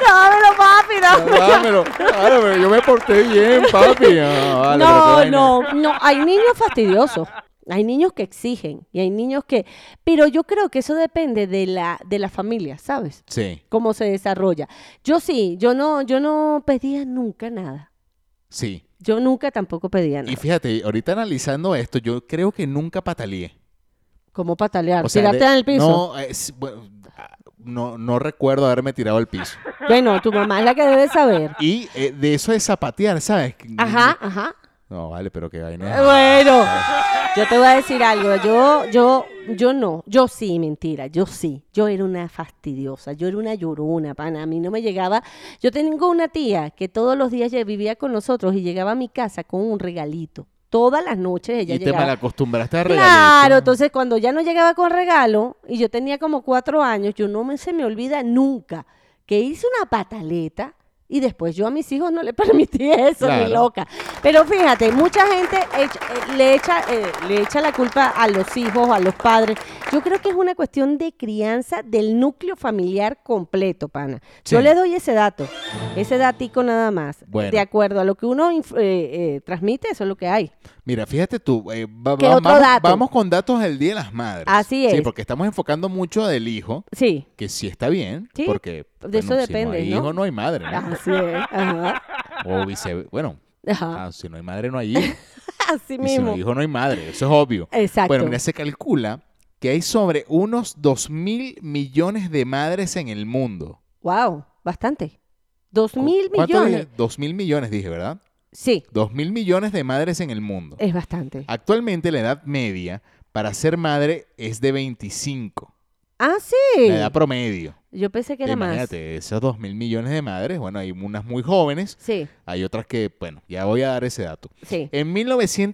[SPEAKER 2] Dámelo, papi, dámelo.
[SPEAKER 1] Dámelo, dámelo, yo me porté bien, papi. No, vale, pero qué
[SPEAKER 2] no,
[SPEAKER 1] vaina.
[SPEAKER 2] no, no, hay niños fastidiosos. Hay niños que exigen y hay niños que... Pero yo creo que eso depende de la, de la familia, ¿sabes?
[SPEAKER 1] Sí,
[SPEAKER 2] Cómo se desarrolla. Yo sí, yo no, yo no pedía nunca nada.
[SPEAKER 1] sí.
[SPEAKER 2] Yo nunca tampoco pedía
[SPEAKER 1] Y
[SPEAKER 2] nada.
[SPEAKER 1] fíjate, ahorita analizando esto, yo creo que nunca pataleé.
[SPEAKER 2] Como patalear,
[SPEAKER 1] O sea,
[SPEAKER 2] tirarte
[SPEAKER 1] de-
[SPEAKER 2] en el piso.
[SPEAKER 1] No, es- bueno, ah, no, no recuerdo haberme tirado al piso.
[SPEAKER 2] Bueno, tu mamá es la que debe saber.
[SPEAKER 1] Y eh, de eso de zapatear, ¿sabes?
[SPEAKER 2] Ajá, ajá.
[SPEAKER 1] No, vale, pero que vaina.
[SPEAKER 2] Eh, Bueno, yo te voy a decir algo. Yo, yo, yo no. Yo sí, mentira. Yo sí. Yo era una fastidiosa. Yo era una llorona, pana. A mí no me llegaba. Yo tengo una tía que todos los días ya vivía con nosotros y llegaba a mi casa con un regalito. Todas las noches ella
[SPEAKER 1] Y te
[SPEAKER 2] llegaba.
[SPEAKER 1] malacostumbraste a regalar.
[SPEAKER 2] Claro, entonces cuando ya no llegaba con regalo y yo tenía como cuatro años, yo no me, se me olvida nunca que hice una pataleta y después yo a mis hijos no le permití eso,
[SPEAKER 1] Claro.
[SPEAKER 2] ni loca. Pero fíjate, mucha gente echa- eh, le, echa, eh, le echa la culpa a los hijos, a los padres. Yo creo que es una cuestión de crianza del núcleo familiar completo, pana. Yo
[SPEAKER 1] Sí.
[SPEAKER 2] le doy ese dato, ese datico nada más.
[SPEAKER 1] Bueno.
[SPEAKER 2] De acuerdo a lo que uno inf- eh, eh, transmite, eso es lo que hay.
[SPEAKER 1] Mira, fíjate tú, eh, va-
[SPEAKER 2] ¿Qué
[SPEAKER 1] va-
[SPEAKER 2] otro
[SPEAKER 1] vamos,
[SPEAKER 2] dato?
[SPEAKER 1] vamos con datos del Día de las Madres.
[SPEAKER 2] Así
[SPEAKER 1] Sí,
[SPEAKER 2] es.
[SPEAKER 1] porque estamos enfocando mucho del hijo,
[SPEAKER 2] Sí.
[SPEAKER 1] que sí está bien,
[SPEAKER 2] Sí,
[SPEAKER 1] porque
[SPEAKER 2] de eso depende,
[SPEAKER 1] si no hay
[SPEAKER 2] ¿no?
[SPEAKER 1] hijo no hay madre, ¿no?
[SPEAKER 2] Así es. Ajá.
[SPEAKER 1] O vice, bueno,
[SPEAKER 2] Ajá.
[SPEAKER 1] ah, si no hay madre no hay hijo,
[SPEAKER 2] Así
[SPEAKER 1] y si no
[SPEAKER 2] mismo.
[SPEAKER 1] hay hijo no hay madre, eso es obvio.
[SPEAKER 2] Exacto.
[SPEAKER 1] Bueno, mira, se calcula que hay sobre unos 2 mil millones de madres en el mundo.
[SPEAKER 2] Wow, bastante. Dos mil
[SPEAKER 1] ¿Cuánto dije?
[SPEAKER 2] millones.
[SPEAKER 1] 2 mil millones dije, ¿verdad?
[SPEAKER 2] Sí,
[SPEAKER 1] 2 mil millones de madres en el mundo.
[SPEAKER 2] es bastante.
[SPEAKER 1] Ah, Actualmente la edad media para ser madre es de 25.
[SPEAKER 2] Ah,
[SPEAKER 1] La
[SPEAKER 2] sí.
[SPEAKER 1] edad promedio.
[SPEAKER 2] Yo pensé que era más.
[SPEAKER 1] Imagínate, esos 2 mil millones de madres, bueno, hay unas muy jóvenes,
[SPEAKER 2] Sí,
[SPEAKER 1] hay otras que, bueno, ya voy a dar ese dato.
[SPEAKER 2] sí.
[SPEAKER 1] En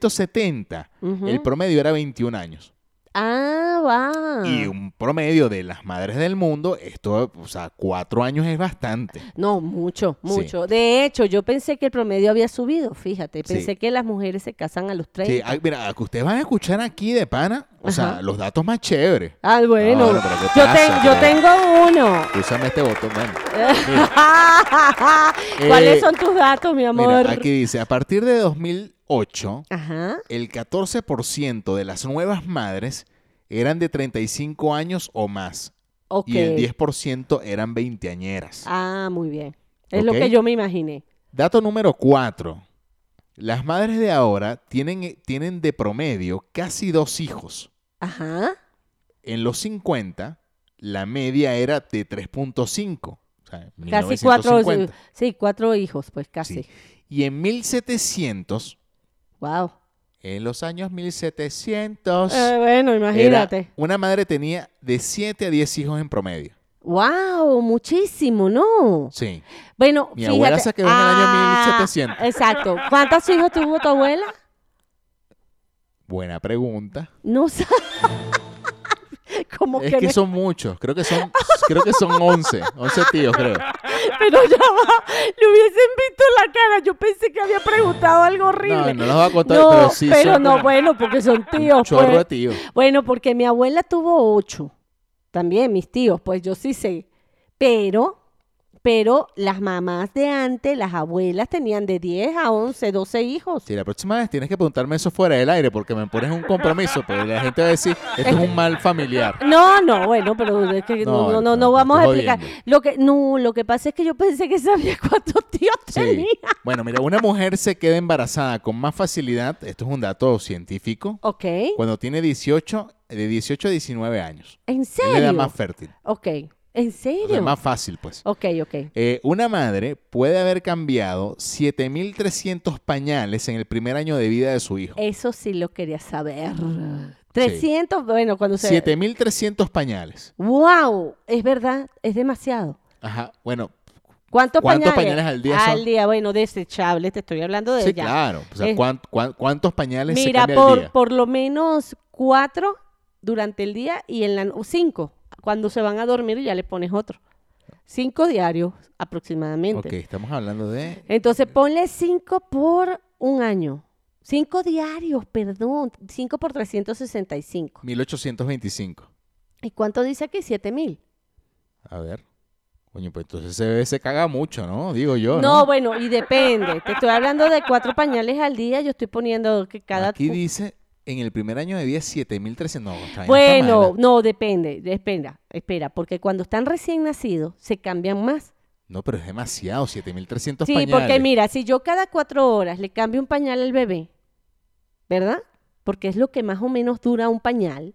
[SPEAKER 1] 1970,
[SPEAKER 2] Ujú.
[SPEAKER 1] el promedio era 21 años.
[SPEAKER 2] Ah, va.
[SPEAKER 1] Y un promedio de las madres del mundo, esto, o sea, 4 años es bastante.
[SPEAKER 2] No, mucho,
[SPEAKER 1] Sí.
[SPEAKER 2] mucho. De hecho, yo pensé que el promedio había subido, fíjate.
[SPEAKER 1] Sí.
[SPEAKER 2] Pensé que las mujeres se casan a los
[SPEAKER 1] Sí,
[SPEAKER 2] 30.
[SPEAKER 1] ah, mira, que ustedes van a escuchar aquí de pana, o sea,
[SPEAKER 2] Ajá.
[SPEAKER 1] los datos más chéveres.
[SPEAKER 2] Ah, bueno.
[SPEAKER 1] No, no, pero ¿qué
[SPEAKER 2] yo,
[SPEAKER 1] pasa,
[SPEAKER 2] ten- yo
[SPEAKER 1] pero-
[SPEAKER 2] tengo uno.
[SPEAKER 1] Úsame este botón, bueno.
[SPEAKER 2] ¿Cuáles son tus datos, mi amor?
[SPEAKER 1] Eh, Mira, aquí dice, a partir de 2008,
[SPEAKER 2] Ajá.
[SPEAKER 1] el 14% de las nuevas madres eran de 35 años o más.
[SPEAKER 2] Ok.
[SPEAKER 1] Y el 10% eran veinteañeras.
[SPEAKER 2] Ah, muy bien. Es lo
[SPEAKER 1] Ok.
[SPEAKER 2] que yo me imaginé.
[SPEAKER 1] Dato número 4. Las madres de ahora tienen, tienen de promedio casi dos hijos.
[SPEAKER 2] Ajá.
[SPEAKER 1] En los 50, la media era de 3.5. o sea,
[SPEAKER 2] Casi cuatro,
[SPEAKER 1] 1950.
[SPEAKER 2] sí, cuatro hijos, pues casi.
[SPEAKER 1] Sí. Y en 1700,
[SPEAKER 2] Wow.
[SPEAKER 1] en los años 1700,
[SPEAKER 2] Eh, bueno,
[SPEAKER 1] Era-
[SPEAKER 2] imagínate.
[SPEAKER 1] una madre tenía de 7 a 10 hijos en promedio.
[SPEAKER 2] Wow, muchísimo, ¿no?
[SPEAKER 1] Sí.
[SPEAKER 2] Bueno,
[SPEAKER 1] Mi
[SPEAKER 2] fíjate. Ah,
[SPEAKER 1] abuela se quedó en el año 1700.
[SPEAKER 2] Exacto. ¿Cuántos hijos tuvo tu abuela?
[SPEAKER 1] Buena pregunta.
[SPEAKER 2] No sé. como
[SPEAKER 1] Es
[SPEAKER 2] que,
[SPEAKER 1] que
[SPEAKER 2] me-
[SPEAKER 1] son muchos, creo que son, creo que son 11, 11 tíos, creo.
[SPEAKER 2] Pero ya va, le hubiesen visto la cara. Yo pensé que había preguntado algo horrible.
[SPEAKER 1] no los voy a contar,
[SPEAKER 2] No,
[SPEAKER 1] pero sí son-
[SPEAKER 2] no, bueno, porque son tíos.
[SPEAKER 1] Un chorro
[SPEAKER 2] pues.
[SPEAKER 1] de tíos.
[SPEAKER 2] Bueno, porque mi abuela tuvo ocho. También mis tíos, pues yo sí sé. Pero, pero las mamás de antes, las abuelas tenían de 10 a 11, 12 hijos.
[SPEAKER 1] Sí, la próxima vez tienes que preguntarme eso fuera del aire porque me pones en un compromiso, pero la gente va a decir, esto es un mal familiar.
[SPEAKER 2] No, no, bueno, pero es que no,
[SPEAKER 1] No,
[SPEAKER 2] no, no,
[SPEAKER 1] no,
[SPEAKER 2] no
[SPEAKER 1] no,
[SPEAKER 2] vamos a
[SPEAKER 1] estoy
[SPEAKER 2] explicar.
[SPEAKER 1] jodiendo.
[SPEAKER 2] Lo que, no, lo que pasa es que yo pensé que sabía cuántos tíos
[SPEAKER 1] Sí.
[SPEAKER 2] tenía.
[SPEAKER 1] Bueno, mira, una mujer se queda embarazada con más facilidad, esto es un dato científico,
[SPEAKER 2] Ok,
[SPEAKER 1] cuando tiene 18, de 18 a 19 años.
[SPEAKER 2] ¿en
[SPEAKER 1] Es la edad
[SPEAKER 2] serio?
[SPEAKER 1] más fértil,
[SPEAKER 2] Ok, ¿en
[SPEAKER 1] o sea,
[SPEAKER 2] serio?
[SPEAKER 1] más fácil, pues.
[SPEAKER 2] Ok, ok.
[SPEAKER 1] Eh, una madre puede haber cambiado 7.300 pañales en el primer año de vida de su hijo.
[SPEAKER 2] Eso sí lo quería saber. 300, bueno, cuando se...
[SPEAKER 1] 7.300 pañales.
[SPEAKER 2] ¡Wow! Es verdad, es demasiado.
[SPEAKER 1] Ajá, bueno,
[SPEAKER 2] ¿Cuántos,
[SPEAKER 1] ¿Cuántos pañales al día son?
[SPEAKER 2] Al día, bueno, desechables, te estoy hablando de
[SPEAKER 1] sí,
[SPEAKER 2] ya.
[SPEAKER 1] claro. O sea,
[SPEAKER 2] Es-
[SPEAKER 1] ¿cuán- cuán- cuántos pañales se
[SPEAKER 2] Mira,
[SPEAKER 1] cambia al
[SPEAKER 2] por,
[SPEAKER 1] día?
[SPEAKER 2] por lo menos cuatro durante el día y en la no- cinco. Cuando se van a dormir ya le pones otro. Cinco diarios aproximadamente.
[SPEAKER 1] Ok, estamos hablando de...
[SPEAKER 2] Entonces ponle cinco por un año. Cinco diarios, perdón. Cinco por 365.
[SPEAKER 1] 1825.
[SPEAKER 2] ¿Y cuánto dice aquí? Siete mil.
[SPEAKER 1] A ver. Coño, pues entonces ese bebé se caga mucho, ¿no? Digo yo.
[SPEAKER 2] No,
[SPEAKER 1] No,
[SPEAKER 2] bueno, y depende. Te estoy hablando de cuatro pañales al día. Yo estoy poniendo que cada...
[SPEAKER 1] Aquí
[SPEAKER 2] cu-
[SPEAKER 1] dice, en el primer año de vida, 7.300. No, está bien, está
[SPEAKER 2] Bueno,
[SPEAKER 1] mala.
[SPEAKER 2] no, depende, espera, espera, porque cuando están recién nacidos se cambian más.
[SPEAKER 1] No, pero es demasiado, 7.300
[SPEAKER 2] Sí,
[SPEAKER 1] pañales.
[SPEAKER 2] porque mira, si yo cada cuatro horas le cambio un pañal al bebé, ¿verdad? Porque es lo que más o menos dura un pañal,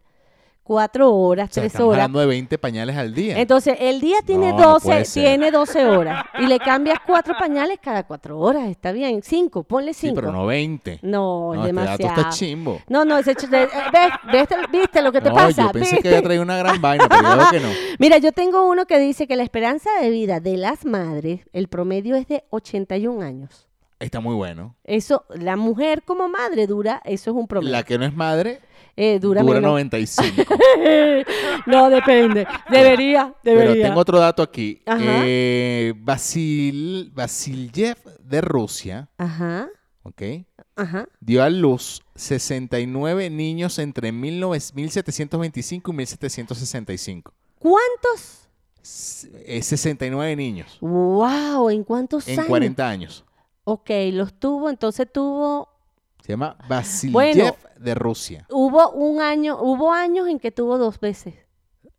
[SPEAKER 2] cuatro horas,
[SPEAKER 1] O sea,
[SPEAKER 2] tres
[SPEAKER 1] estamos
[SPEAKER 2] horas.
[SPEAKER 1] hablando de 20 pañales al día.
[SPEAKER 2] Entonces, el día tiene
[SPEAKER 1] No, no
[SPEAKER 2] 12,
[SPEAKER 1] puede ser.
[SPEAKER 2] tiene 12 horas y le cambias cuatro pañales cada cuatro horas, está bien, cinco, ponle
[SPEAKER 1] sí,
[SPEAKER 2] cinco.
[SPEAKER 1] pero no 20.
[SPEAKER 2] No, es
[SPEAKER 1] No, este dato
[SPEAKER 2] demasiado.
[SPEAKER 1] está chimbo.
[SPEAKER 2] No, no, ese ch- eh, ¿ves, ¿Ves- ¿Viste lo que te
[SPEAKER 1] no,
[SPEAKER 2] pasa?
[SPEAKER 1] yo pensé que
[SPEAKER 2] ¿Viste?
[SPEAKER 1] había traído una gran vaina, pero yo creo que no.
[SPEAKER 2] Mira, yo tengo uno que dice que la esperanza de vida de las madres, el promedio es de 81 años.
[SPEAKER 1] Está muy bueno.
[SPEAKER 2] Eso, la mujer como madre dura, eso es un promedio.
[SPEAKER 1] La que no es madre
[SPEAKER 2] Eh, dura
[SPEAKER 1] dura,
[SPEAKER 2] menos.
[SPEAKER 1] 95.
[SPEAKER 2] no, depende. Debería,
[SPEAKER 1] pero
[SPEAKER 2] debería.
[SPEAKER 1] tengo otro dato aquí.
[SPEAKER 2] Ajá.
[SPEAKER 1] Eh, Vasil, Vasilyev de Rusia,
[SPEAKER 2] Ajá,
[SPEAKER 1] ¿ok?
[SPEAKER 2] ajá.
[SPEAKER 1] Dio a luz 69 niños entre 19- 1725 y 1765.
[SPEAKER 2] ¿Cuántos?
[SPEAKER 1] S- eh, 69 niños
[SPEAKER 2] ¡Wow! ¿En cuántos
[SPEAKER 1] en
[SPEAKER 2] años?
[SPEAKER 1] 40 años.
[SPEAKER 2] Ok, los tuvo, entonces tuvo...
[SPEAKER 1] Se llama Vasilyev
[SPEAKER 2] Bueno.
[SPEAKER 1] de Rusia.
[SPEAKER 2] Hubo un año, hubo años en que tuvo dos veces.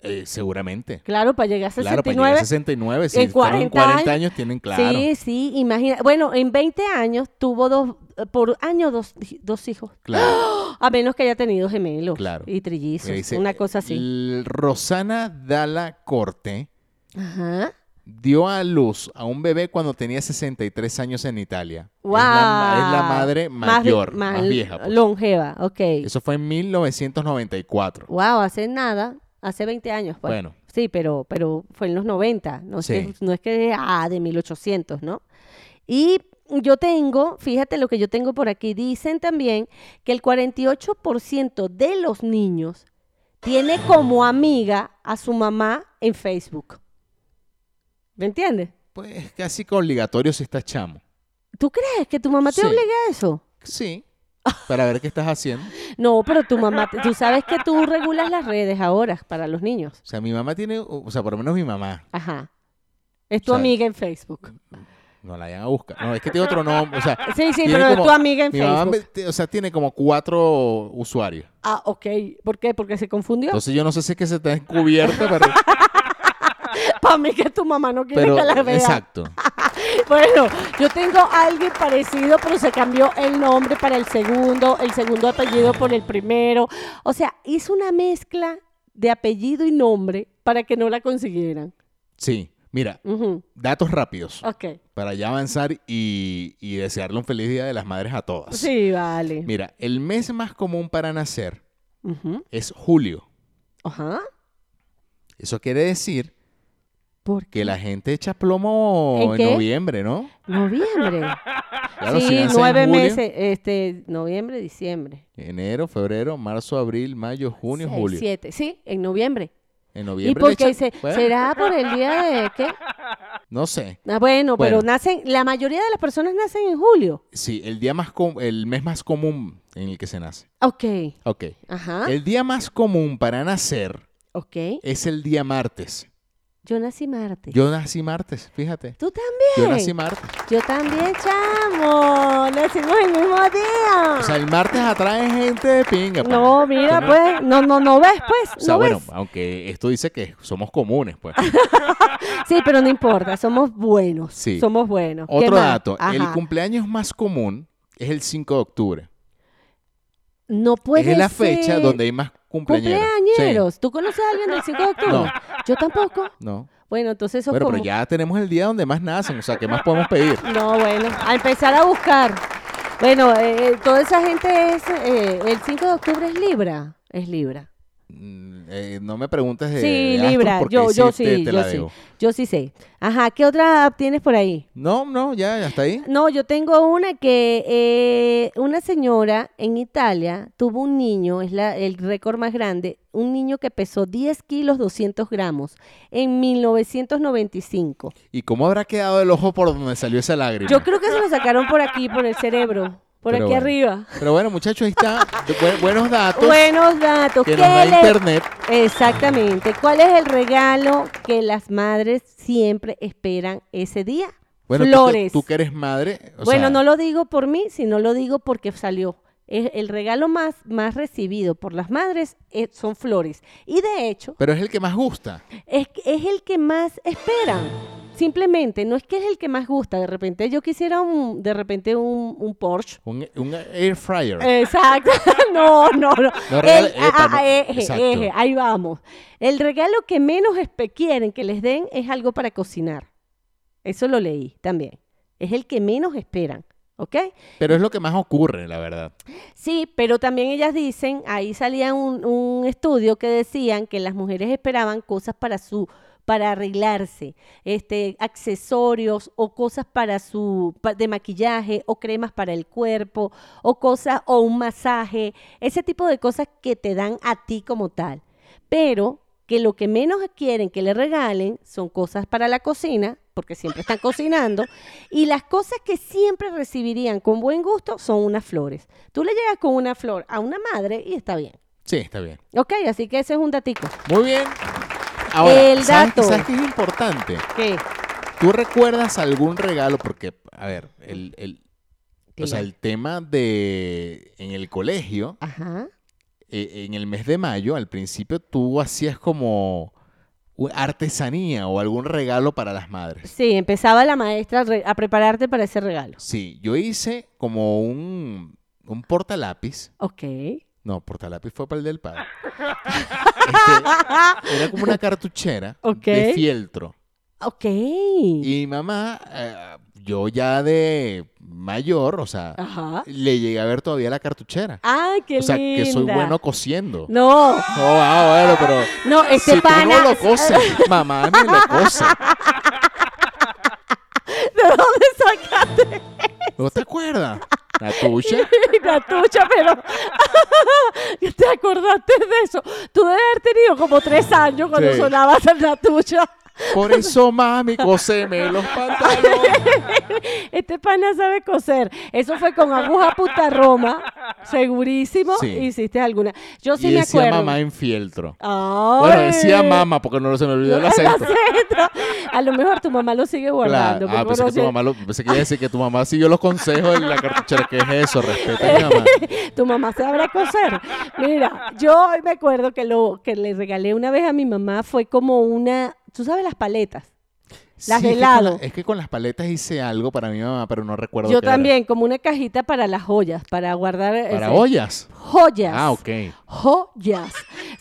[SPEAKER 1] Eh, seguramente.
[SPEAKER 2] Claro, para llegar a 69.
[SPEAKER 1] Claro, para llegar a 69, si
[SPEAKER 2] en
[SPEAKER 1] en
[SPEAKER 2] 40
[SPEAKER 1] 40,
[SPEAKER 2] años.
[SPEAKER 1] años tienen claro.
[SPEAKER 2] Sí, sí, imagina. Bueno, en 20 años tuvo dos, eh, por año dos, dos hijos,
[SPEAKER 1] Claro.
[SPEAKER 2] a menos que haya tenido gemelos
[SPEAKER 1] Claro.
[SPEAKER 2] y trillizos,
[SPEAKER 1] Mira, dice,
[SPEAKER 2] una cosa así.
[SPEAKER 1] "L- Rosana Dalla Corte
[SPEAKER 2] Ajá.
[SPEAKER 1] dio a luz a un bebé cuando tenía 63 años en Italia. Es la, ma- es la
[SPEAKER 2] Guau.
[SPEAKER 1] madre
[SPEAKER 2] Más vi-
[SPEAKER 1] mayor, más, vieja. pues.
[SPEAKER 2] Longeva, ok.
[SPEAKER 1] Eso fue en 1994.
[SPEAKER 2] Wow, hace nada, hace 20 años. Pues.
[SPEAKER 1] Bueno.
[SPEAKER 2] Sí, pero, pero fue en los 90, no, es
[SPEAKER 1] Sí.
[SPEAKER 2] que, no es que, ah, de 1800, ¿no? Y yo tengo, fíjate lo que yo tengo por aquí, dicen también que el 48% de los niños tiene como amiga a su mamá en Facebook. ¿Me entiendes?
[SPEAKER 1] Pues casi que obligatorio si estás chamo.
[SPEAKER 2] ¿Tú crees que tu mamá te
[SPEAKER 1] Sí.
[SPEAKER 2] obliga a eso?
[SPEAKER 1] Sí. Para ver qué estás haciendo.
[SPEAKER 2] No, pero tu mamá, tú sabes que tú regulas las redes ahora para los niños.
[SPEAKER 1] O sea, mi mamá tiene, o sea, por lo menos mi mamá,
[SPEAKER 2] Ajá. Es tu
[SPEAKER 1] O sea,
[SPEAKER 2] amiga en Facebook.
[SPEAKER 1] no la vayan a buscar. No, es que tiene otro nombre, o sea,
[SPEAKER 2] Sí, sí,
[SPEAKER 1] tiene
[SPEAKER 2] pero es
[SPEAKER 1] como-
[SPEAKER 2] tu amiga en
[SPEAKER 1] mi mamá,
[SPEAKER 2] Facebook.
[SPEAKER 1] me- te- o sea, tiene como cuatro usuarios.
[SPEAKER 2] Ah, ok. ¿Por qué? Porque se confundió.
[SPEAKER 1] Entonces yo no sé si es que se está encubierta, pero,
[SPEAKER 2] Para mí que tu mamá no quiere
[SPEAKER 1] pero-
[SPEAKER 2] que la vea.
[SPEAKER 1] exacto.
[SPEAKER 2] Bueno, yo tengo a alguien parecido, pero se cambió el nombre para el segundo, el segundo apellido por el primero. O sea, hizo una mezcla de apellido y nombre para que no la consiguieran.
[SPEAKER 1] Sí, mira,
[SPEAKER 2] Ujú,
[SPEAKER 1] datos rápidos
[SPEAKER 2] Ok.
[SPEAKER 1] para ya avanzar y, y desearle un feliz día de las madres a todas.
[SPEAKER 2] Sí, vale.
[SPEAKER 1] Mira, el mes más común para nacer
[SPEAKER 2] Ujú,
[SPEAKER 1] es julio.
[SPEAKER 2] Ajá.
[SPEAKER 1] Eso quiere decir
[SPEAKER 2] ¿Por
[SPEAKER 1] que la gente echa plomo
[SPEAKER 2] ¿En
[SPEAKER 1] en,
[SPEAKER 2] qué?
[SPEAKER 1] noviembre, ¿no?
[SPEAKER 2] Noviembre.
[SPEAKER 1] Claro, si
[SPEAKER 2] sí,
[SPEAKER 1] nace en
[SPEAKER 2] nueve
[SPEAKER 1] julio,
[SPEAKER 2] meses. Este, noviembre, diciembre.
[SPEAKER 1] Enero, febrero, marzo, abril, mayo, junio,
[SPEAKER 2] Seis,
[SPEAKER 1] julio.
[SPEAKER 2] Siete. Sí, en noviembre.
[SPEAKER 1] En
[SPEAKER 2] ¿Y
[SPEAKER 1] noviembre. le
[SPEAKER 2] por qué?
[SPEAKER 1] echan-
[SPEAKER 2] Se-
[SPEAKER 1] Bueno,
[SPEAKER 2] ¿Será por el día de qué?
[SPEAKER 1] No sé.
[SPEAKER 2] Ah, bueno,
[SPEAKER 1] Bueno.
[SPEAKER 2] pero nacen, la mayoría de las personas nacen en julio.
[SPEAKER 1] Sí, el día más com- el mes más común en el que se nace.
[SPEAKER 2] Ok,
[SPEAKER 1] Ok.
[SPEAKER 2] ajá,
[SPEAKER 1] El día más común para nacer
[SPEAKER 2] ok.
[SPEAKER 1] es el día martes.
[SPEAKER 2] Yo nací martes.
[SPEAKER 1] Yo nací martes, fíjate.
[SPEAKER 2] ¿Tú también?
[SPEAKER 1] Yo nací martes.
[SPEAKER 2] Yo también, chamo. Nacimos el mismo día.
[SPEAKER 1] O sea, el martes atrae gente de pinga. pana.
[SPEAKER 2] no, mira, pues, no, no, no ves, pues,
[SPEAKER 1] O sea,
[SPEAKER 2] no
[SPEAKER 1] bueno,
[SPEAKER 2] ves.
[SPEAKER 1] aunque esto dice que somos comunes, pues.
[SPEAKER 2] Sí, pero no importa, somos buenos,
[SPEAKER 1] Sí.
[SPEAKER 2] somos buenos. ¿Qué
[SPEAKER 1] Otro
[SPEAKER 2] más?
[SPEAKER 1] dato, el
[SPEAKER 2] Ajá.
[SPEAKER 1] cumpleaños más común es el 5 de octubre.
[SPEAKER 2] No puede
[SPEAKER 1] es la fecha
[SPEAKER 2] ser.
[SPEAKER 1] donde hay más cumpleañeros. Sí.
[SPEAKER 2] Cumpleañeros. ¿Tú conoces a alguien del 5 de octubre?
[SPEAKER 1] No.
[SPEAKER 2] Yo tampoco.
[SPEAKER 1] No.
[SPEAKER 2] Bueno, entonces eso es
[SPEAKER 1] Bueno, pero
[SPEAKER 2] como-
[SPEAKER 1] ya tenemos el día donde más nacen, o sea, ¿qué más podemos pedir?
[SPEAKER 2] No, bueno, a empezar a buscar. Bueno, eh, eh, toda esa gente es. eh, el 5 de octubre es Libra. Es Libra.
[SPEAKER 1] Mm, eh, no me preguntes de
[SPEAKER 2] Sí,
[SPEAKER 1] astros
[SPEAKER 2] Libra.
[SPEAKER 1] porque
[SPEAKER 2] Yo,
[SPEAKER 1] ahí
[SPEAKER 2] yo
[SPEAKER 1] te-
[SPEAKER 2] sí,
[SPEAKER 1] te
[SPEAKER 2] yo
[SPEAKER 1] la
[SPEAKER 2] sí.
[SPEAKER 1] debo.
[SPEAKER 2] Yo sí sé. Ajá, ¿qué otra app tienes por ahí?
[SPEAKER 1] No, no, ya, ya está ahí.
[SPEAKER 2] No, yo tengo una que eh, una señora en Italia tuvo un niño, es la, el récord más grande, un niño que pesó 10 kilos 200 gramos en 1995.
[SPEAKER 1] ¿Y cómo habrá quedado el ojo por donde salió esa lágrima?
[SPEAKER 2] Yo creo que se lo sacaron por aquí, por el cerebro, por
[SPEAKER 1] Pero
[SPEAKER 2] aquí
[SPEAKER 1] bueno.
[SPEAKER 2] arriba.
[SPEAKER 1] Pero bueno, muchachos, ahí está. Bu- buenos datos
[SPEAKER 2] Buenos datos.
[SPEAKER 1] que
[SPEAKER 2] ¿Qué
[SPEAKER 1] nos da
[SPEAKER 2] le-
[SPEAKER 1] internet.
[SPEAKER 2] Exactamente. ¿Cuál es el regalo que las madres siempre esperan ese día?
[SPEAKER 1] Bueno, tú que-
[SPEAKER 2] Flores.
[SPEAKER 1] Tú, que eres madre. o
[SPEAKER 2] Bueno,
[SPEAKER 1] sea,
[SPEAKER 2] no lo digo por mí, sino lo digo porque salió. Es el regalo más, más recibido por las madres eh, son flores. Y de hecho,
[SPEAKER 1] Pero es el que más gusta.
[SPEAKER 2] es, es el que más esperan. Simplemente, no es que es el que más gusta. De repente yo quisiera un, de repente un, un Porsche.
[SPEAKER 1] Un, un air fryer.
[SPEAKER 2] Eh. Exacto. No, no, no.
[SPEAKER 1] No, regalo-
[SPEAKER 2] El-
[SPEAKER 1] epa,
[SPEAKER 2] ah,
[SPEAKER 1] no.
[SPEAKER 2] ah, eje,
[SPEAKER 1] Exacto.
[SPEAKER 2] eje, ahí vamos. El regalo que menos espe- quieren que les den es algo para cocinar. Eso lo leí también. Es el que menos esperan, ¿ok?
[SPEAKER 1] Pero es lo que más ocurre, la verdad.
[SPEAKER 2] Sí, pero también ellas dicen, ahí salía un, un estudio que decían que las mujeres esperaban cosas para su para arreglarse, este accesorios o cosas para su pa- de maquillaje o cremas para el cuerpo o cosas o un masaje, ese tipo de cosas que te dan a ti como tal. Pero que lo que menos quieren que le regalen son cosas para la cocina, porque siempre están cocinando, y las cosas que siempre recibirían con buen gusto son unas flores. Tú le llegas con una flor a una madre y está bien.
[SPEAKER 1] Sí, está bien.
[SPEAKER 2] Ok, así que ese es un datico.
[SPEAKER 1] Muy bien. Ahora,
[SPEAKER 2] El
[SPEAKER 1] ¿sabes,
[SPEAKER 2] dato.
[SPEAKER 1] ¿sabes qué es importante?
[SPEAKER 2] ¿Qué?
[SPEAKER 1] ¿Tú recuerdas algún regalo? Porque, a ver, el, el- o sea,
[SPEAKER 2] Dime.
[SPEAKER 1] el tema de en el colegio,
[SPEAKER 2] Ajá.
[SPEAKER 1] eh, en el mes de mayo, al principio tú hacías como u- artesanía o algún regalo para las madres.
[SPEAKER 2] Sí, empezaba la maestra a re- a prepararte para ese regalo.
[SPEAKER 1] Sí, yo hice como un, un portalápiz.
[SPEAKER 2] Ok.
[SPEAKER 1] No, portalápiz fue para el del padre. Este, era como una cartuchera
[SPEAKER 2] Ok.
[SPEAKER 1] de fieltro.
[SPEAKER 2] Ok.
[SPEAKER 1] Y mi mamá, eh, yo ya de mayor, o sea,
[SPEAKER 2] Ajá.
[SPEAKER 1] le llegué a ver todavía la cartuchera.
[SPEAKER 2] Ay, qué
[SPEAKER 1] o sea, que soy
[SPEAKER 2] linda.
[SPEAKER 1] bueno cosiendo. No,
[SPEAKER 2] No,
[SPEAKER 1] ah, bueno, pero
[SPEAKER 2] no, este
[SPEAKER 1] si
[SPEAKER 2] pana.
[SPEAKER 1] tú no lo coses, mamá me lo cose.
[SPEAKER 2] ¿De dónde sacaste
[SPEAKER 1] ¿No te acuerdas? La tuya.
[SPEAKER 2] la tuya? Pero ¿te acordaste de eso? Tú debes haber tenido como tres años cuando
[SPEAKER 1] Sí.
[SPEAKER 2] sonabas la tuya.
[SPEAKER 1] Por eso, mami, coseme los pantalones.
[SPEAKER 2] Este pana sabe coser. Eso fue con aguja puta Roma, segurísimo.
[SPEAKER 1] Sí.
[SPEAKER 2] Hiciste alguna. Yo sí
[SPEAKER 1] Y
[SPEAKER 2] me
[SPEAKER 1] decía
[SPEAKER 2] acuerdo.
[SPEAKER 1] mamá en fieltro.
[SPEAKER 2] Ay.
[SPEAKER 1] Bueno, decía mamá porque no se me olvidó el acento.
[SPEAKER 2] A lo mejor tu mamá lo sigue
[SPEAKER 1] Claro.
[SPEAKER 2] guardando.
[SPEAKER 1] Ah,
[SPEAKER 2] porque
[SPEAKER 1] pensé que tu
[SPEAKER 2] conoce-
[SPEAKER 1] mamá lo- pensé que iba a decir que tu mamá siguió los consejos en la cartuchera. ¿Qué es eso? Respeta a mi mamá.
[SPEAKER 2] tu mamá sabrá coser. Mira, yo me acuerdo que lo que le regalé una vez a mi mamá fue como una, tú sabes las paletas. Las de
[SPEAKER 1] es que con la-
[SPEAKER 2] helado.
[SPEAKER 1] es que con las paletas hice algo para mi mamá, pero no recuerdo.
[SPEAKER 2] Yo
[SPEAKER 1] qué era.
[SPEAKER 2] también, como una cajita para las joyas, para guardar
[SPEAKER 1] Para
[SPEAKER 2] ese-
[SPEAKER 1] ollas.
[SPEAKER 2] joyas.
[SPEAKER 1] Ah, ok.
[SPEAKER 2] Joyas.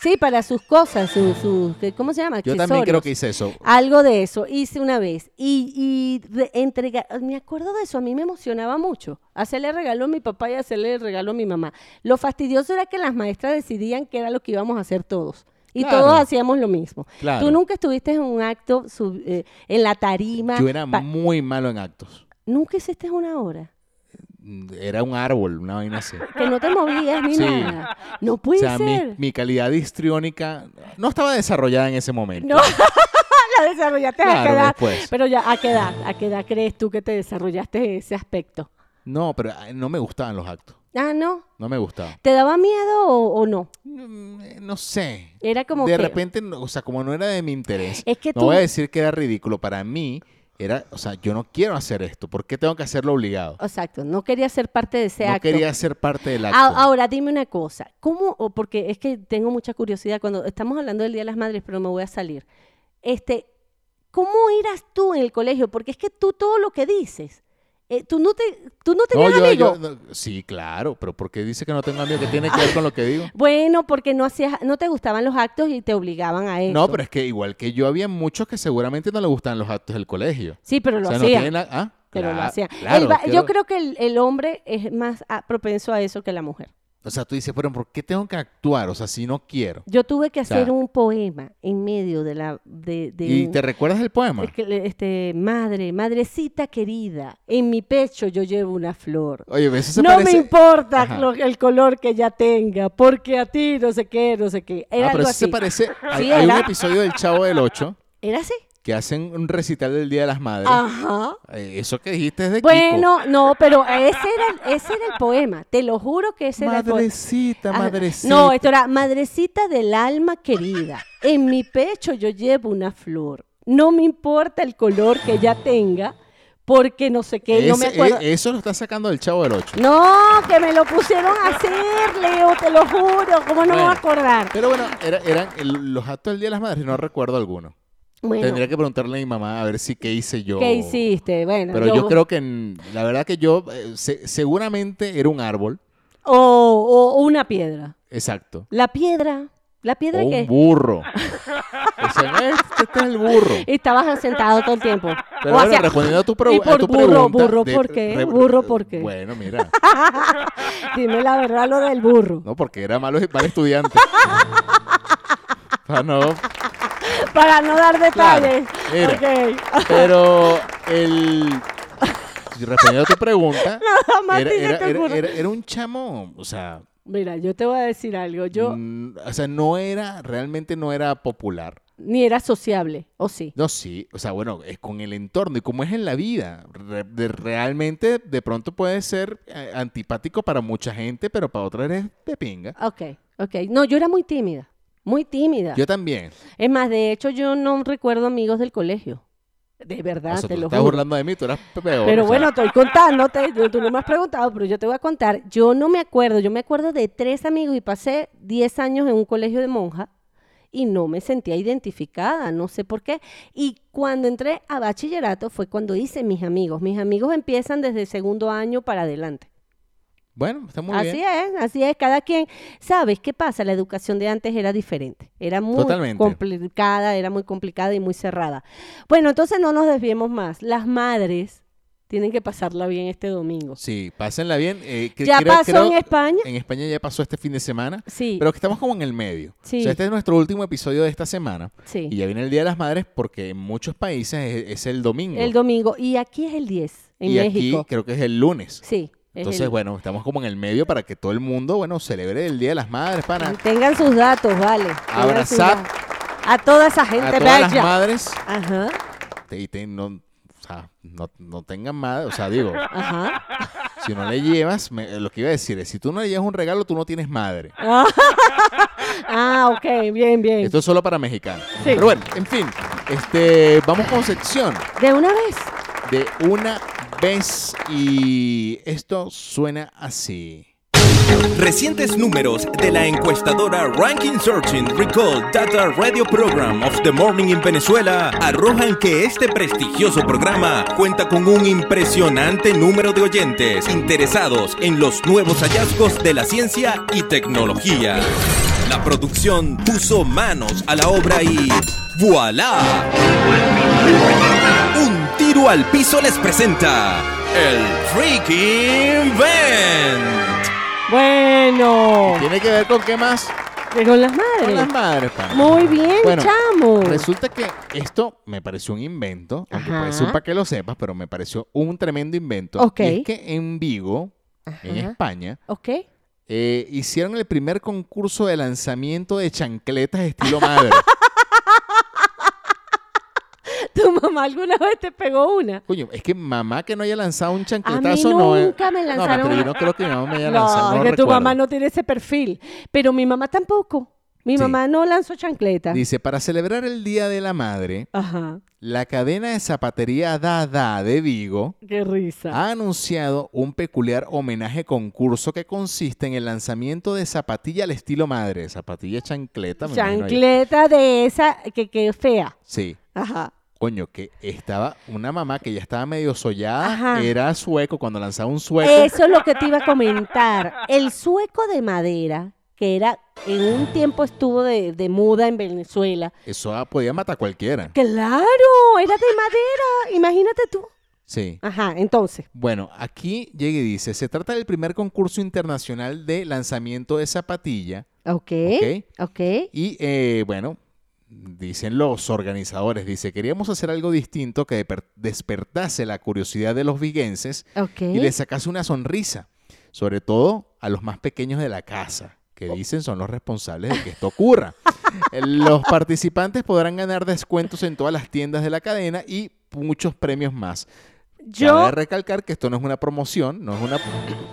[SPEAKER 2] Sí, para sus cosas, sus, sus- ¿qué- ¿cómo se llama?
[SPEAKER 1] Yo también creo
[SPEAKER 2] Accesorios.
[SPEAKER 1] que hice eso.
[SPEAKER 2] Algo de eso hice una vez y, y re- entrega- me acuerdo de eso, a mí me emocionaba mucho, hacerle regalo a mi papá y hacerle regalo a mi mamá. Lo fastidioso era que las maestras decidían qué era lo que íbamos a hacer todos. Y
[SPEAKER 1] Claro.
[SPEAKER 2] todos hacíamos lo mismo.
[SPEAKER 1] Claro.
[SPEAKER 2] Tú nunca estuviste en un acto sub- eh, en la tarima.
[SPEAKER 1] Yo era
[SPEAKER 2] pa-
[SPEAKER 1] muy malo en actos.
[SPEAKER 2] Nunca hiciste una hora.
[SPEAKER 1] era un árbol, una vaina así.
[SPEAKER 2] Que no te movías ni
[SPEAKER 1] Sí.
[SPEAKER 2] nada. No
[SPEAKER 1] O
[SPEAKER 2] puede
[SPEAKER 1] sea, mi,
[SPEAKER 2] ser.
[SPEAKER 1] mi calidad histriónica no estaba desarrollada en ese momento.
[SPEAKER 2] No. la desarrollaste a
[SPEAKER 1] Claro,
[SPEAKER 2] qué edad.
[SPEAKER 1] después.
[SPEAKER 2] Pero ya, ¿a qué edad? ¿A qué edad crees tú que te desarrollaste ese aspecto?
[SPEAKER 1] No, pero eh, no me gustaban los actos.
[SPEAKER 2] Ah, no.
[SPEAKER 1] No me gustaban.
[SPEAKER 2] ¿Te daba miedo o, o no?
[SPEAKER 1] Mm, eh, No sé.
[SPEAKER 2] Era como
[SPEAKER 1] De
[SPEAKER 2] que-
[SPEAKER 1] repente, no- o sea, como no era de mi interés.
[SPEAKER 2] Es que
[SPEAKER 1] no
[SPEAKER 2] tú-
[SPEAKER 1] voy a decir que era ridículo. Para mí, era, o sea, yo no quiero hacer esto. ¿Por qué tengo que hacerlo obligado?
[SPEAKER 2] Exacto, no quería ser parte de ese
[SPEAKER 1] no
[SPEAKER 2] acto.
[SPEAKER 1] quería ser parte del acto.
[SPEAKER 2] Ah, Ahora, dime una cosa, ¿cómo, o porque es que tengo mucha curiosidad, cuando estamos hablando del Día de las Madres, pero me voy a salir, este, ¿cómo eras tú en el colegio? Porque es que tú todo lo que dices, eh, tú no te, tú no
[SPEAKER 1] no,
[SPEAKER 2] tenías
[SPEAKER 1] yo- yo-
[SPEAKER 2] amigos.
[SPEAKER 1] no, sí, claro, pero ¿por qué dice que no tengo amigos? ¿Qué tiene que ver con lo que digo?
[SPEAKER 2] Bueno, porque no hacías, no te gustaban los actos y te obligaban a eso.
[SPEAKER 1] No, pero es que igual que yo, había muchos que seguramente no les gustaban los actos del colegio.
[SPEAKER 2] Sí, pero
[SPEAKER 1] o
[SPEAKER 2] lo
[SPEAKER 1] sea, no
[SPEAKER 2] hacían.
[SPEAKER 1] tienen na- ah,
[SPEAKER 2] pero lo
[SPEAKER 1] cla-
[SPEAKER 2] hacían. El
[SPEAKER 1] claro,
[SPEAKER 2] va-
[SPEAKER 1] quiero-
[SPEAKER 2] Yo creo que el, el hombre es más ah, propenso a eso que la mujer.
[SPEAKER 1] O sea, tú dices, pero ¿por qué tengo que actuar? O sea, si no quiero.
[SPEAKER 2] Yo tuve que
[SPEAKER 1] sea-
[SPEAKER 2] hacer un poema en medio de la... De, de
[SPEAKER 1] ¿Y
[SPEAKER 2] un-
[SPEAKER 1] te recuerdas del poema?
[SPEAKER 2] Es que le- Este, madre, madrecita querida, en mi pecho yo llevo una flor.
[SPEAKER 1] Oye, eso se
[SPEAKER 2] No
[SPEAKER 1] parece...
[SPEAKER 2] me importa
[SPEAKER 1] Ajá.
[SPEAKER 2] lo- el color que ya tenga, porque a ti no sé qué, no sé qué. Era
[SPEAKER 1] Ah, pero
[SPEAKER 2] algo
[SPEAKER 1] eso se
[SPEAKER 2] así.
[SPEAKER 1] parece... Hay,
[SPEAKER 2] Sí,
[SPEAKER 1] hay un
[SPEAKER 2] era.
[SPEAKER 1] episodio del Chavo del Ocho
[SPEAKER 2] ¿Era así?
[SPEAKER 1] que hacen un recital del Día de las Madres.
[SPEAKER 2] Ajá.
[SPEAKER 1] Eh, Eso que dijiste es de Kiko.
[SPEAKER 2] Ah. Bueno, no, pero ese era, el- ese era el poema. Te lo juro que ese era el poema.
[SPEAKER 1] Madrecita,
[SPEAKER 2] Ajá.
[SPEAKER 1] madrecita.
[SPEAKER 2] No, esto era madrecita del alma querida. En mi pecho yo llevo una flor. No me importa el color que ya tenga, porque no sé qué, no me
[SPEAKER 1] Ese-
[SPEAKER 2] acuerdo.
[SPEAKER 1] eh, Eso lo está sacando del Chavo del Ocho.
[SPEAKER 2] No, que me lo pusieron a hacer, Leo, te lo juro, ¿cómo no me voy
[SPEAKER 1] Bueno.
[SPEAKER 2] a acordar?
[SPEAKER 1] Pero bueno, era- eran el- los actos del Día de las Madres, no recuerdo alguno.
[SPEAKER 2] Bueno,
[SPEAKER 1] Tendría que preguntarle a mi mamá a ver si qué hice yo.
[SPEAKER 2] ¿qué hiciste? Bueno,
[SPEAKER 1] Pero yo, creo que, en- la verdad que yo, eh, se- seguramente era un árbol,
[SPEAKER 2] O, o- o una piedra.
[SPEAKER 1] exacto.
[SPEAKER 2] La piedra, la
[SPEAKER 1] O
[SPEAKER 2] piedra
[SPEAKER 1] un
[SPEAKER 2] que...
[SPEAKER 1] burro. O sea, este, este es el burro.
[SPEAKER 2] Estabas sentado todo el tiempo.
[SPEAKER 1] Pero
[SPEAKER 2] O
[SPEAKER 1] bueno,
[SPEAKER 2] hacía-
[SPEAKER 1] respondiendo a tu, pre-
[SPEAKER 2] Y
[SPEAKER 1] a
[SPEAKER 2] por
[SPEAKER 1] tu
[SPEAKER 2] burro,
[SPEAKER 1] pregunta. eh,
[SPEAKER 2] burro, ¿por qué? Burro, ¿por qué?
[SPEAKER 1] Bueno, mira.
[SPEAKER 2] Dime la verdad lo del burro.
[SPEAKER 1] No, porque era malo, mal estudiante. Ah, no.
[SPEAKER 2] Para no dar detalles.
[SPEAKER 1] mira.
[SPEAKER 2] Ok.
[SPEAKER 1] Pero el. Respondiendo a tu pregunta,
[SPEAKER 2] Nada más
[SPEAKER 1] era,
[SPEAKER 2] ni se
[SPEAKER 1] era-
[SPEAKER 2] te
[SPEAKER 1] era-
[SPEAKER 2] ocurra.
[SPEAKER 1] era- era un chamo, o sea,
[SPEAKER 2] Mira, yo te voy a decir algo. Yo
[SPEAKER 1] mm, o sea, no era, realmente no era popular.
[SPEAKER 2] ni era sociable, ¿o sí?
[SPEAKER 1] No, sí, o sea, bueno, es con el entorno y como es en la vida. Re- de- realmente, de pronto puede ser eh, antipático para mucha gente, pero para otra eres de pinga.
[SPEAKER 2] Ok, ok. No, yo era muy tímida, muy tímida.
[SPEAKER 1] Yo también.
[SPEAKER 2] Es más, de hecho, yo no recuerdo amigos del colegio. De verdad,
[SPEAKER 1] O sea, Ah, tú
[SPEAKER 2] te
[SPEAKER 1] te
[SPEAKER 2] lo
[SPEAKER 1] estás
[SPEAKER 2] juro.
[SPEAKER 1] burlando de mí, tú eras peor.
[SPEAKER 2] Pero
[SPEAKER 1] o sea,
[SPEAKER 2] bueno, estoy contándote, tú- tú no me has preguntado, pero yo te voy a contar. Yo no me acuerdo, yo me acuerdo de tres amigos y pasé 10 años en un colegio de monja y no me sentía identificada, no sé por qué. Y cuando entré a bachillerato fue cuando hice mis amigos. Mis amigos empiezan desde segundo año para adelante.
[SPEAKER 1] bueno, está muy
[SPEAKER 2] así
[SPEAKER 1] bien.
[SPEAKER 2] es, así es, cada quien. ¿Sabes qué pasa? La educación de antes era diferente, era muy
[SPEAKER 1] Totalmente.
[SPEAKER 2] complicada, era muy complicada y muy cerrada. Bueno, entonces no nos desviemos más. Las madres tienen que pasarla bien este domingo.
[SPEAKER 1] Sí, pásenla bien. eh, que
[SPEAKER 2] ¿Ya
[SPEAKER 1] creo-
[SPEAKER 2] pasó
[SPEAKER 1] creo-
[SPEAKER 2] en España?
[SPEAKER 1] En España ya pasó este fin de semana,
[SPEAKER 2] Sí,
[SPEAKER 1] pero que estamos como en el medio.
[SPEAKER 2] Sí.
[SPEAKER 1] O sea, este es nuestro último episodio de esta semana
[SPEAKER 2] sí.
[SPEAKER 1] y ya viene el Día de las Madres porque en muchos países es, es el domingo.
[SPEAKER 2] El domingo. Y aquí es el 10, en
[SPEAKER 1] y
[SPEAKER 2] México.
[SPEAKER 1] aquí creo que es el lunes.
[SPEAKER 2] Sí. es
[SPEAKER 1] Entonces,
[SPEAKER 2] el-
[SPEAKER 1] bueno, estamos como en el medio para que todo el mundo, bueno, celebre el Día de las Madres, pana.
[SPEAKER 2] Tengan sus datos, vale. tengan sus
[SPEAKER 1] Abrazar
[SPEAKER 2] datos. a toda esa gente
[SPEAKER 1] A todas las
[SPEAKER 2] bella.
[SPEAKER 1] madres.
[SPEAKER 2] Ajá,
[SPEAKER 1] te- y te- no, o sea, no, no tengan madre. O sea, digo,
[SPEAKER 2] ajá.
[SPEAKER 1] si no le llevas, me- eh, lo que iba a decir es, si tú no le llevas un regalo, tú no tienes madre.
[SPEAKER 2] Ah, ok, bien, bien.
[SPEAKER 1] Esto es solo para mexicanos.
[SPEAKER 2] Sí.
[SPEAKER 1] Pero bueno, en fin, este, vamos con sección
[SPEAKER 2] De una vez.
[SPEAKER 1] de una vez y esto suena así.
[SPEAKER 5] Recientes números de la encuestadora Ranking Searching Recall Data Radio Program of the Morning in Venezuela arrojan que este prestigioso programa cuenta con un impresionante número de oyentes interesados en los nuevos hallazgos de la ciencia y tecnología. La producción puso manos a la obra y ¡voilà! Un tiro al piso les presenta el Freaking Vent.
[SPEAKER 2] Bueno.
[SPEAKER 1] ¿Tiene que ver con qué más?
[SPEAKER 2] Que Con las madres.
[SPEAKER 1] Con las madres, pana.
[SPEAKER 2] Muy bien,
[SPEAKER 1] Bueno,
[SPEAKER 2] chamo.
[SPEAKER 1] Resulta que esto me pareció un invento, aunque
[SPEAKER 2] Ajá.
[SPEAKER 1] puede ser para que lo sepas, pero me pareció un tremendo invento.
[SPEAKER 2] Ok.
[SPEAKER 1] Y es que en Vigo, en
[SPEAKER 2] Ajá.
[SPEAKER 1] España,
[SPEAKER 2] ¿Ok?
[SPEAKER 1] eh, hicieron el primer concurso de lanzamiento de chancletas estilo madre.
[SPEAKER 2] ¿Tu mamá alguna vez te pegó una?
[SPEAKER 1] Coño, es que mamá que no haya lanzado un
[SPEAKER 2] A
[SPEAKER 1] chancletazo
[SPEAKER 2] mí
[SPEAKER 1] no es-
[SPEAKER 2] nunca me
[SPEAKER 1] No, pero
[SPEAKER 2] lanzaron.
[SPEAKER 1] yo no creo que mi mamá me haya lanzado.
[SPEAKER 2] No, es
[SPEAKER 1] No,
[SPEAKER 2] que tu
[SPEAKER 1] recuerdo.
[SPEAKER 2] mamá no tiene ese perfil. Pero mi mamá tampoco. Mi
[SPEAKER 1] Sí.
[SPEAKER 2] mamá no lanzó chancleta.
[SPEAKER 1] Dice, para celebrar el Día de la Madre,
[SPEAKER 2] Ajá.
[SPEAKER 1] la cadena de zapatería Dada de Vigo
[SPEAKER 2] Qué risa.
[SPEAKER 1] ha anunciado un peculiar homenaje concurso que consiste en el lanzamiento de zapatilla al estilo madre. Zapatilla chancleta. me imagino ahí.
[SPEAKER 2] chancleta de esa que, que es fea.
[SPEAKER 1] Sí.
[SPEAKER 2] Ajá.
[SPEAKER 1] Coño, que estaba una mamá que ya estaba medio sollada,
[SPEAKER 2] Ajá.
[SPEAKER 1] era sueco, cuando lanzaba un sueco.
[SPEAKER 2] Eso es lo que te iba a comentar. El sueco de madera, que era en un tiempo estuvo de, de moda en Venezuela.
[SPEAKER 1] Eso ah, podía matar a cualquiera.
[SPEAKER 2] Claro, era de madera. Imagínate tú.
[SPEAKER 1] Sí.
[SPEAKER 2] Ajá, entonces.
[SPEAKER 1] Bueno, aquí llega y dice, se trata del primer concurso internacional de lanzamiento de zapatilla.
[SPEAKER 2] Ok.
[SPEAKER 1] Ok.
[SPEAKER 2] Ok.
[SPEAKER 1] Y eh, bueno, dicen los organizadores, dice, queríamos hacer algo distinto que deper- despertase la curiosidad de los viguenses
[SPEAKER 2] Ok.
[SPEAKER 1] y les sacase una sonrisa, sobre todo a los más pequeños de la casa, que
[SPEAKER 2] Oh.
[SPEAKER 1] dicen son los responsables de que esto ocurra. Eh, los participantes podrán ganar descuentos en todas las tiendas de la cadena y muchos premios más.
[SPEAKER 2] Yo,
[SPEAKER 1] Cabe recalcar que esto no es una promoción, no es una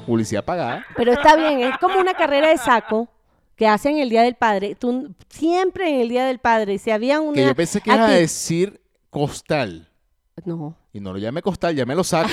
[SPEAKER 1] publicidad pagada.
[SPEAKER 2] pero está bien, es como una carrera de saco que hacen el Día del Padre. Tú, siempre en el Día del Padre, si había una...
[SPEAKER 1] Que yo pensé que iba a
[SPEAKER 2] acti-
[SPEAKER 1] decir costal.
[SPEAKER 2] No.
[SPEAKER 1] Y no lo llame costal, ya me lo saco.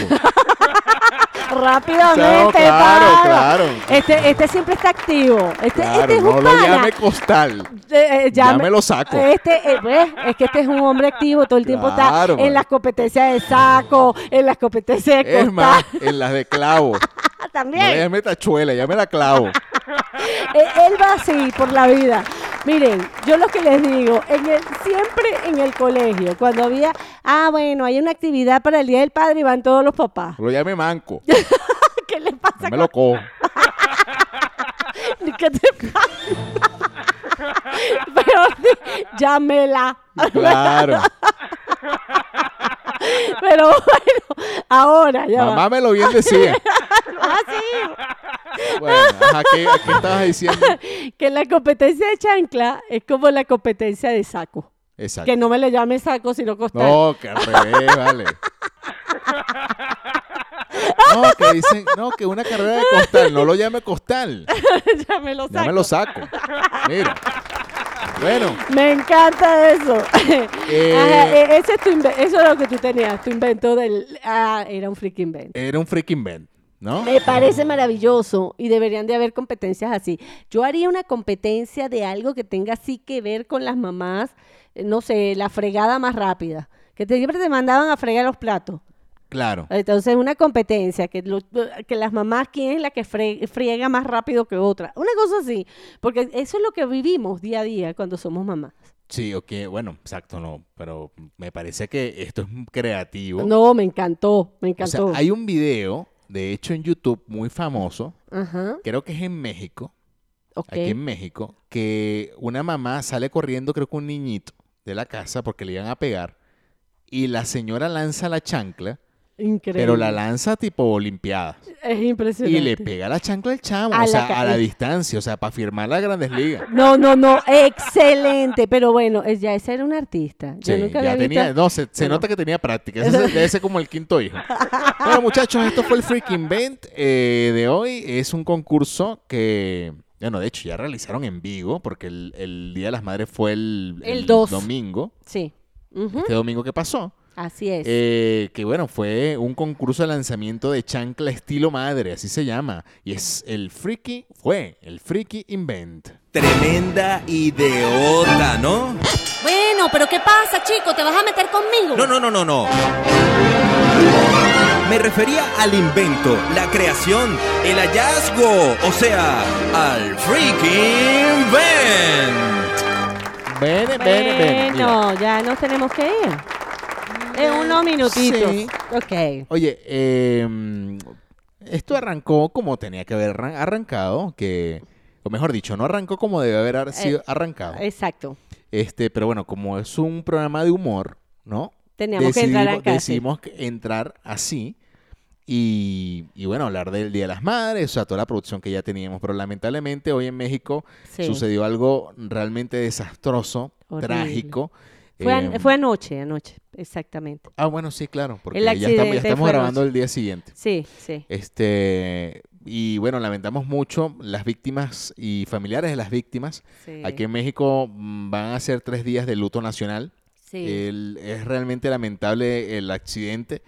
[SPEAKER 2] Rápidamente,
[SPEAKER 1] claro,
[SPEAKER 2] claro,
[SPEAKER 1] claro.
[SPEAKER 2] Este, este siempre está activo. Este,
[SPEAKER 1] Claro,
[SPEAKER 2] este es
[SPEAKER 1] no
[SPEAKER 2] un
[SPEAKER 1] lo
[SPEAKER 2] pana.
[SPEAKER 1] llame costal.
[SPEAKER 2] Eh, eh,
[SPEAKER 1] Ya
[SPEAKER 2] llame-
[SPEAKER 1] me lo saco.
[SPEAKER 2] Este, eh, ¿ves? es que este es un hombre activo, todo el tiempo
[SPEAKER 1] Claro,
[SPEAKER 2] está en
[SPEAKER 1] vale.
[SPEAKER 2] las competencias de saco, en las competencias de
[SPEAKER 1] Es más,
[SPEAKER 2] costal
[SPEAKER 1] en las de clavo. No
[SPEAKER 2] también.
[SPEAKER 1] le llame tachuela, ya me la clavo.
[SPEAKER 2] Eh, él va así por la vida. Miren, yo lo que les digo, en el- siempre en el colegio, cuando había, ah, bueno, hay una actividad para el Día del Padre y van todos los papás.
[SPEAKER 1] No lo llame manco.
[SPEAKER 2] ¿Qué le pasa?
[SPEAKER 1] No me lo cojo.
[SPEAKER 2] ¿Qué te pasa? Pero sí, llámela.
[SPEAKER 1] Claro.
[SPEAKER 2] Pero bueno, ahora ya
[SPEAKER 1] Mamá me lo bien decía.
[SPEAKER 2] va. Ah,
[SPEAKER 1] Bueno, ajá, ¿qué, qué estabas diciendo?
[SPEAKER 2] sí. Que la competencia de chancla es como la competencia de saco.
[SPEAKER 1] Exacto.
[SPEAKER 2] Que no me le llame saco, sino costal.
[SPEAKER 1] No, que al revés, vale. No, que dicen, no, que una carrera de costal, no lo llame costal,
[SPEAKER 2] Llámelo saco.
[SPEAKER 1] ya me lo saco. Mira. Bueno,
[SPEAKER 2] Me encanta eso.
[SPEAKER 1] Eh.
[SPEAKER 2] Ajá, e- ese es tu inve- eso es lo que tú tenías, tu invento del... Ah, era un freak invento.
[SPEAKER 1] era un freaking band, ¿no?
[SPEAKER 2] Me parece maravilloso y deberían de haber competencias así. Yo haría una competencia de algo que tenga así que ver con las mamás, eh, no sé, la fregada más rápida. Que te- siempre te mandaban a fregar los platos.
[SPEAKER 1] Claro.
[SPEAKER 2] Entonces, una competencia, que, lo- que las mamás, ¿quién es la que fre- friega más rápido que otra? Una cosa así, porque eso es lo que vivimos día a día cuando somos mamás.
[SPEAKER 1] Sí, ok, bueno, exacto, no, pero me parece que esto es creativo.
[SPEAKER 2] No, me encantó, me
[SPEAKER 1] o sea,
[SPEAKER 2] encantó.
[SPEAKER 1] hay un video, de hecho, en YouTube muy famoso,
[SPEAKER 2] Ajá,
[SPEAKER 1] creo que es en México,
[SPEAKER 2] ok.
[SPEAKER 1] aquí en México, que una mamá sale corriendo, creo que un niñito de la casa porque le iban a pegar y la señora lanza la chancla,
[SPEAKER 2] Increíble.
[SPEAKER 1] pero la lanza tipo limpiada
[SPEAKER 2] es impresionante.
[SPEAKER 1] y le pega la chancla al chamo,
[SPEAKER 2] A
[SPEAKER 1] o
[SPEAKER 2] la
[SPEAKER 1] sea,
[SPEAKER 2] ca-
[SPEAKER 1] a la distancia, o sea, para firmar la Grandes Ligas.
[SPEAKER 2] No, no, no, excelente. Pero bueno, es- ya ese era un artista. Yo
[SPEAKER 1] Sí,
[SPEAKER 2] nunca
[SPEAKER 1] ya
[SPEAKER 2] había visto-
[SPEAKER 1] tenía, no, se, se
[SPEAKER 2] Bueno.
[SPEAKER 1] nota que tenía práctica. Ese, es- debe ser como el quinto hijo. bueno, muchachos, esto fue el Freak Invent eh, de hoy. Es un concurso que, bueno, de hecho ya realizaron en Vigo, porque el, el Día de las Madres fue el,
[SPEAKER 2] El dos.
[SPEAKER 1] domingo,
[SPEAKER 2] Sí, ujú,
[SPEAKER 1] este domingo que pasó.
[SPEAKER 2] así es.
[SPEAKER 1] Eh, que bueno, fue un concurso de lanzamiento de chancla estilo madre, así se llama. Y es el Freaky, fue el Freaky Invent.
[SPEAKER 5] Tremenda idiota, ¿no?
[SPEAKER 6] Bueno, pero ¿qué pasa, chico? ¿Te vas a meter conmigo?
[SPEAKER 5] No, no, no, no, no. Me refería al invento, la creación, el hallazgo, o sea, al freaking invent.
[SPEAKER 1] Ven, ven, ven. mira.
[SPEAKER 2] bueno, ya nos tenemos que ir. En unos minutitos.
[SPEAKER 1] Sí.
[SPEAKER 2] Ok.
[SPEAKER 1] Oye, em, esto arrancó como tenía que haber arran- arrancado, que, o mejor dicho, no arrancó como debe haber ar-
[SPEAKER 2] Eh,
[SPEAKER 1] sido arrancado.
[SPEAKER 2] Exacto.
[SPEAKER 1] Este, pero bueno, como es un programa de humor, ¿no?
[SPEAKER 2] Teníamos que entrar
[SPEAKER 1] Decidimos-
[SPEAKER 2] acá, sí.
[SPEAKER 1] Decidimos que entrar así. Y, y bueno, hablar del Día de las Madres, o sea, toda la producción que ya teníamos. Pero lamentablemente hoy en México
[SPEAKER 2] Sí.
[SPEAKER 1] sucedió algo realmente desastroso,
[SPEAKER 2] Horrible.
[SPEAKER 1] trágico.
[SPEAKER 2] Fue, an-
[SPEAKER 1] Em,
[SPEAKER 2] fue anoche, anoche, exactamente.
[SPEAKER 1] Ah, bueno, sí, claro, porque
[SPEAKER 2] El
[SPEAKER 1] ya estamos, ya
[SPEAKER 2] accidente
[SPEAKER 1] estamos
[SPEAKER 2] fue
[SPEAKER 1] grabando
[SPEAKER 2] anoche.
[SPEAKER 1] el día siguiente.
[SPEAKER 2] Sí, sí.
[SPEAKER 1] Este, y bueno, lamentamos mucho las víctimas y familiares de las víctimas.
[SPEAKER 2] sí,
[SPEAKER 1] Aquí en México mm, van a ser tres días de luto nacional.
[SPEAKER 2] sí.
[SPEAKER 1] El- es realmente lamentable el accidente.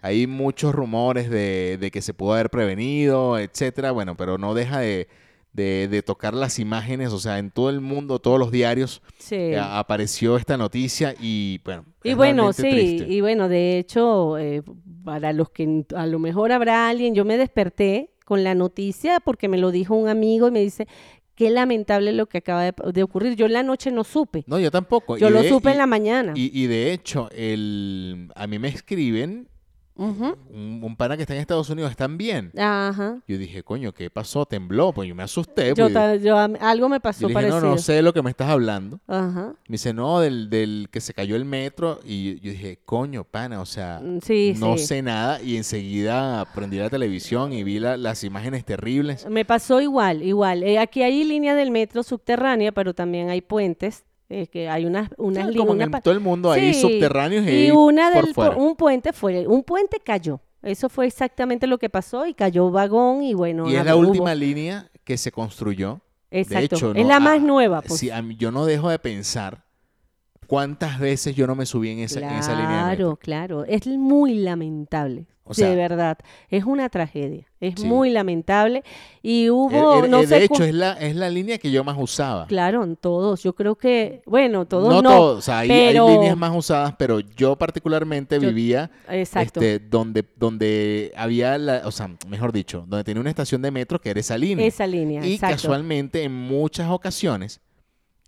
[SPEAKER 1] Hay muchos rumores de, de que se pudo haber prevenido, etcétera. Bueno, pero no deja de, de- de tocar las imágenes. O sea, en todo el mundo, todos los diarios,
[SPEAKER 2] sí.
[SPEAKER 1] eh, apareció esta noticia y bueno.
[SPEAKER 2] Y
[SPEAKER 1] es
[SPEAKER 2] bueno, sí,
[SPEAKER 1] realmente triste.
[SPEAKER 2] y bueno, de hecho, eh, para los que n- a lo mejor habrá alguien, yo me desperté con la noticia porque me lo dijo un amigo y me dice, qué lamentable lo que acaba de, de ocurrir. Yo en la noche no supe,
[SPEAKER 1] No, yo tampoco.
[SPEAKER 2] yo
[SPEAKER 1] Y
[SPEAKER 2] lo
[SPEAKER 1] de-
[SPEAKER 2] supe en
[SPEAKER 1] y-
[SPEAKER 2] la mañana.
[SPEAKER 1] Y, y de hecho, el, a mí me escriben,
[SPEAKER 2] Ujú.
[SPEAKER 1] un, un pana que está en Estados Unidos, ¿están bien?
[SPEAKER 2] Ajá.
[SPEAKER 1] Yo dije, coño, ¿qué pasó? Tembló, pues yo me asusté.
[SPEAKER 2] Yo,
[SPEAKER 1] pues,
[SPEAKER 2] ta- yo, am- algo me pasó
[SPEAKER 1] yo dije, no,
[SPEAKER 2] parecido.
[SPEAKER 1] no sé de lo que me estás hablando.
[SPEAKER 2] Ajá.
[SPEAKER 1] Me dice, no, del, del que se cayó el metro. Y yo dije, coño, pana, o sea,
[SPEAKER 2] Mm, sí,
[SPEAKER 1] no
[SPEAKER 2] sí.
[SPEAKER 1] sé nada. Y enseguida prendí la televisión y vi la- las imágenes terribles.
[SPEAKER 2] Me pasó igual, igual. Eh, aquí hay línea del metro subterránea, pero también hay puentes, eh, que hay unas, unas
[SPEAKER 1] Ah,
[SPEAKER 2] líneas.
[SPEAKER 1] Como
[SPEAKER 2] una
[SPEAKER 1] en
[SPEAKER 2] pa-
[SPEAKER 1] todo el mundo ahí
[SPEAKER 2] Sí,
[SPEAKER 1] subterráneos
[SPEAKER 2] y
[SPEAKER 1] y, ahí
[SPEAKER 2] una
[SPEAKER 1] Eh, por
[SPEAKER 2] del,
[SPEAKER 1] fuera.
[SPEAKER 2] un puente fue, un puente cayó. Eso fue exactamente lo que pasó y cayó vagón y bueno.
[SPEAKER 1] y es
[SPEAKER 2] nada,
[SPEAKER 1] la
[SPEAKER 2] hubo-
[SPEAKER 1] última línea que se construyó.
[SPEAKER 2] Exacto.
[SPEAKER 1] hecho,
[SPEAKER 2] es
[SPEAKER 1] no,
[SPEAKER 2] la
[SPEAKER 1] ah,
[SPEAKER 2] más nueva. Pues.
[SPEAKER 1] Sí, a mí- yo no dejo de pensar cuántas veces yo no me subí en esa, en esa línea. de metro.
[SPEAKER 2] Claro, claro. Es muy lamentable.
[SPEAKER 1] O sea-
[SPEAKER 2] de verdad. Es una tragedia. Es
[SPEAKER 1] Sí.
[SPEAKER 2] muy lamentable. Y hubo,
[SPEAKER 1] Er- er-
[SPEAKER 2] no
[SPEAKER 1] eh,
[SPEAKER 2] sé
[SPEAKER 1] de
[SPEAKER 2] cu-
[SPEAKER 1] hecho, es la, es la línea que yo más usaba.
[SPEAKER 2] Claro, en todos. Yo creo que, bueno, todos
[SPEAKER 1] no,
[SPEAKER 2] no.
[SPEAKER 1] todos, o sea, hay, hay
[SPEAKER 2] pero-
[SPEAKER 1] líneas más usadas, pero yo particularmente
[SPEAKER 2] Yo-
[SPEAKER 1] vivía
[SPEAKER 2] Exacto.
[SPEAKER 1] este, donde, donde había, la, o sea, mejor dicho, donde tenía una estación de metro que era esa línea.
[SPEAKER 2] Esa línea.
[SPEAKER 1] y
[SPEAKER 2] exacto.
[SPEAKER 1] casualmente, en muchas ocasiones,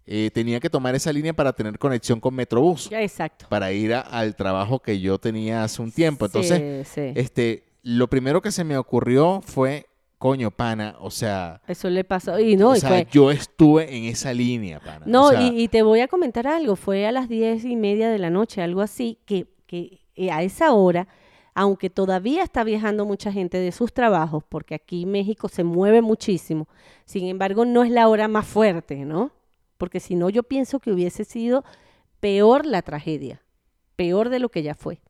[SPEAKER 1] eh, tenía que tomar esa línea para tener conexión con Metrobús,
[SPEAKER 2] Exacto.
[SPEAKER 1] para ir a- al trabajo que yo tenía hace un tiempo. Entonces,
[SPEAKER 2] Sí, sí.
[SPEAKER 1] Este, lo primero que se me ocurrió fue, coño, pana, o sea,
[SPEAKER 2] Eso le pasó. Y no,
[SPEAKER 1] o
[SPEAKER 2] y
[SPEAKER 1] sea,
[SPEAKER 2] fue-
[SPEAKER 1] yo estuve en esa línea, pana.
[SPEAKER 2] No,
[SPEAKER 1] o sea,
[SPEAKER 2] y, y te voy a comentar algo. Fue a las diez y media de la noche, algo así, que, que eh, a esa hora, aunque todavía está viajando mucha gente de sus trabajos, porque aquí México se mueve muchísimo, sin embargo, no es la hora más fuerte, ¿no? Porque si no, yo pienso que hubiese sido peor la tragedia, peor de lo que ya fue.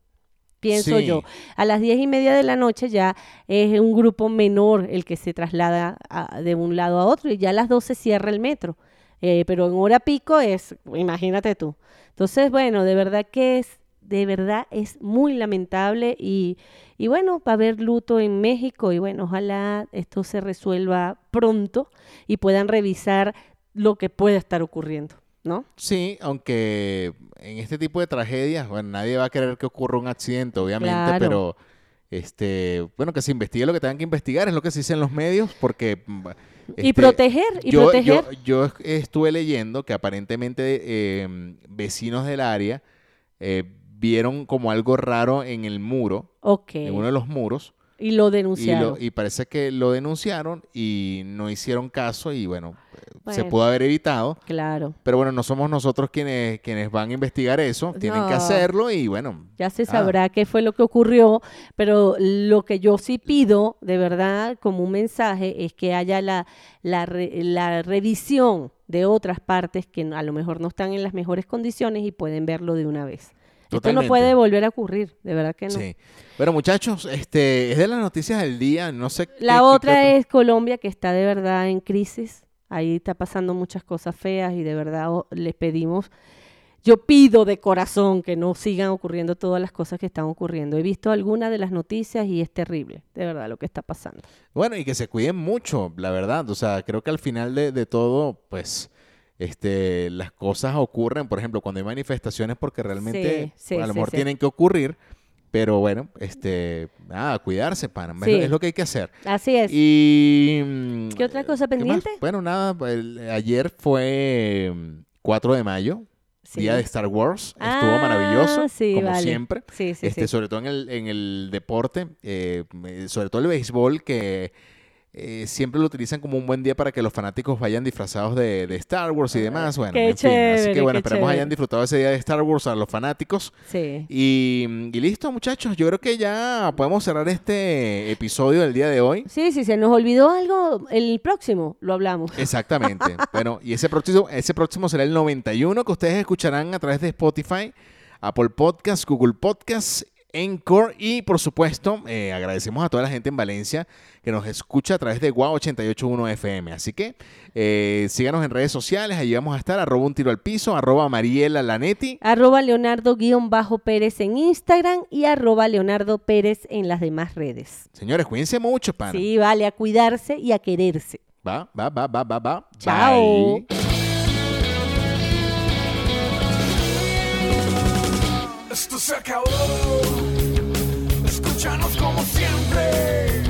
[SPEAKER 2] Pienso
[SPEAKER 1] Sí.
[SPEAKER 2] yo. A las diez y media de la noche ya es un grupo menor el que se traslada a- de un lado a otro y ya a las 12 cierra el metro. Eh, pero en hora pico es, imagínate tú. Entonces, bueno, de verdad que es, de verdad es muy lamentable y, y bueno, va a haber luto en México y bueno, ojalá esto se resuelva pronto y puedan revisar lo que pueda estar ocurriendo, ¿no?
[SPEAKER 1] Sí, aunque en este tipo de tragedias, bueno, nadie va a querer que ocurra un accidente, obviamente,
[SPEAKER 2] Claro.
[SPEAKER 1] pero este, bueno, que se investigue lo que tengan que investigar, es lo que se dice en los medios, porque mm,
[SPEAKER 2] y
[SPEAKER 1] este,
[SPEAKER 2] proteger, y
[SPEAKER 1] yo,
[SPEAKER 2] proteger.
[SPEAKER 1] Yo, yo es- estuve leyendo que aparentemente eh, vecinos del área eh, vieron como algo raro en el muro,
[SPEAKER 2] ok.
[SPEAKER 1] en uno de los muros,
[SPEAKER 2] Y lo
[SPEAKER 1] Y, lo-
[SPEAKER 2] denunciaron.
[SPEAKER 1] y parece que lo denunciaron y no hicieron caso y bueno, eh, se
[SPEAKER 2] Bueno.
[SPEAKER 1] pudo haber evitado.
[SPEAKER 2] Claro.
[SPEAKER 1] Pero bueno, no somos nosotros quienes, quienes van a investigar eso, tienen que
[SPEAKER 2] No.
[SPEAKER 1] hacerlo y bueno,
[SPEAKER 2] Ya se
[SPEAKER 1] Ah.
[SPEAKER 2] sabrá qué fue lo que ocurrió, pero lo que yo sí pido, de verdad, como un mensaje, es que haya la, la, re- la revisión de otras partes que a lo mejor no están en las mejores condiciones y pueden verlo de una vez. Esto
[SPEAKER 1] Totalmente.
[SPEAKER 2] no puede volver a ocurrir, de verdad que no.
[SPEAKER 1] sí. Bueno muchachos, este es de las noticias del día, no sé. qué-
[SPEAKER 2] La
[SPEAKER 1] qué-
[SPEAKER 2] otra
[SPEAKER 1] qué otro-
[SPEAKER 2] es Colombia, que está de verdad en crisis. Ahí está pasando muchas cosas feas y de verdad o- les pedimos, yo pido de corazón que no sigan ocurriendo todas las cosas que están ocurriendo. He visto algunas de las noticias y es terrible, de verdad, lo que está pasando.
[SPEAKER 1] Bueno, y que se cuiden mucho, la verdad. O sea, creo que al final de, de todo, pues, este, las cosas ocurren. Por ejemplo, cuando hay manifestaciones, porque realmente
[SPEAKER 2] sí,
[SPEAKER 1] a lo
[SPEAKER 2] sí,
[SPEAKER 1] mejor
[SPEAKER 2] sí.
[SPEAKER 1] tienen que ocurrir. Pero bueno, este, nada, cuidarse, pana. Es lo-
[SPEAKER 2] Sí.
[SPEAKER 1] Es lo que hay que hacer.
[SPEAKER 2] Así es.
[SPEAKER 1] Y, mm,
[SPEAKER 2] ¿Qué otra cosa
[SPEAKER 1] más?
[SPEAKER 2] pendiente?
[SPEAKER 1] Bueno, nada, el- ayer fue mm, 4 de mayo,
[SPEAKER 2] Sí.
[SPEAKER 1] día de Star Wars. Estuvo
[SPEAKER 2] Ah,
[SPEAKER 1] maravilloso,
[SPEAKER 2] sí,
[SPEAKER 1] como
[SPEAKER 2] vale.
[SPEAKER 1] siempre.
[SPEAKER 2] Sí, sí,
[SPEAKER 1] Este,
[SPEAKER 2] sí.
[SPEAKER 1] Sobre todo en el, en el deporte, eh, eh, sobre todo el béisbol, que eh, siempre lo utilizan como un buen día para que los fanáticos vayan disfrazados de, de Star Wars y demás. Bueno,
[SPEAKER 2] Qué
[SPEAKER 1] en fin. Así que
[SPEAKER 2] chévere, qué
[SPEAKER 1] bueno, esperemos
[SPEAKER 2] chévere.
[SPEAKER 1] hayan disfrutado ese día de Star Wars a los fanáticos.
[SPEAKER 2] Sí.
[SPEAKER 1] Y, y listo, muchachos. Yo creo que ya podemos cerrar este episodio del día de hoy.
[SPEAKER 2] Sí, sí, se nos olvidó algo, el próximo lo hablamos.
[SPEAKER 1] Exactamente. bueno, y ese próximo, ese próximo será el 91 que ustedes escucharán a través de Spotify, Apple Podcasts, Google Podcasts. Encore y por supuesto eh, agradecemos a toda la gente en Valencia que nos escucha a través de guau 881 FM. Así que eh, síganos en redes sociales, allí vamos a estar, arroba un tiro al piso, arroba Mariela Lanetti.
[SPEAKER 2] Arroba Leonardo-Pérez en Instagram y arroba Leonardo Pérez en las demás redes.
[SPEAKER 1] Señores, cuídense mucho, pana.
[SPEAKER 2] Sí, vale, a cuidarse y a quererse.
[SPEAKER 1] Va, va, va, va, va, va.
[SPEAKER 2] Chao.
[SPEAKER 1] Bye.
[SPEAKER 7] Esto se acabó. Escúchanos como siempre.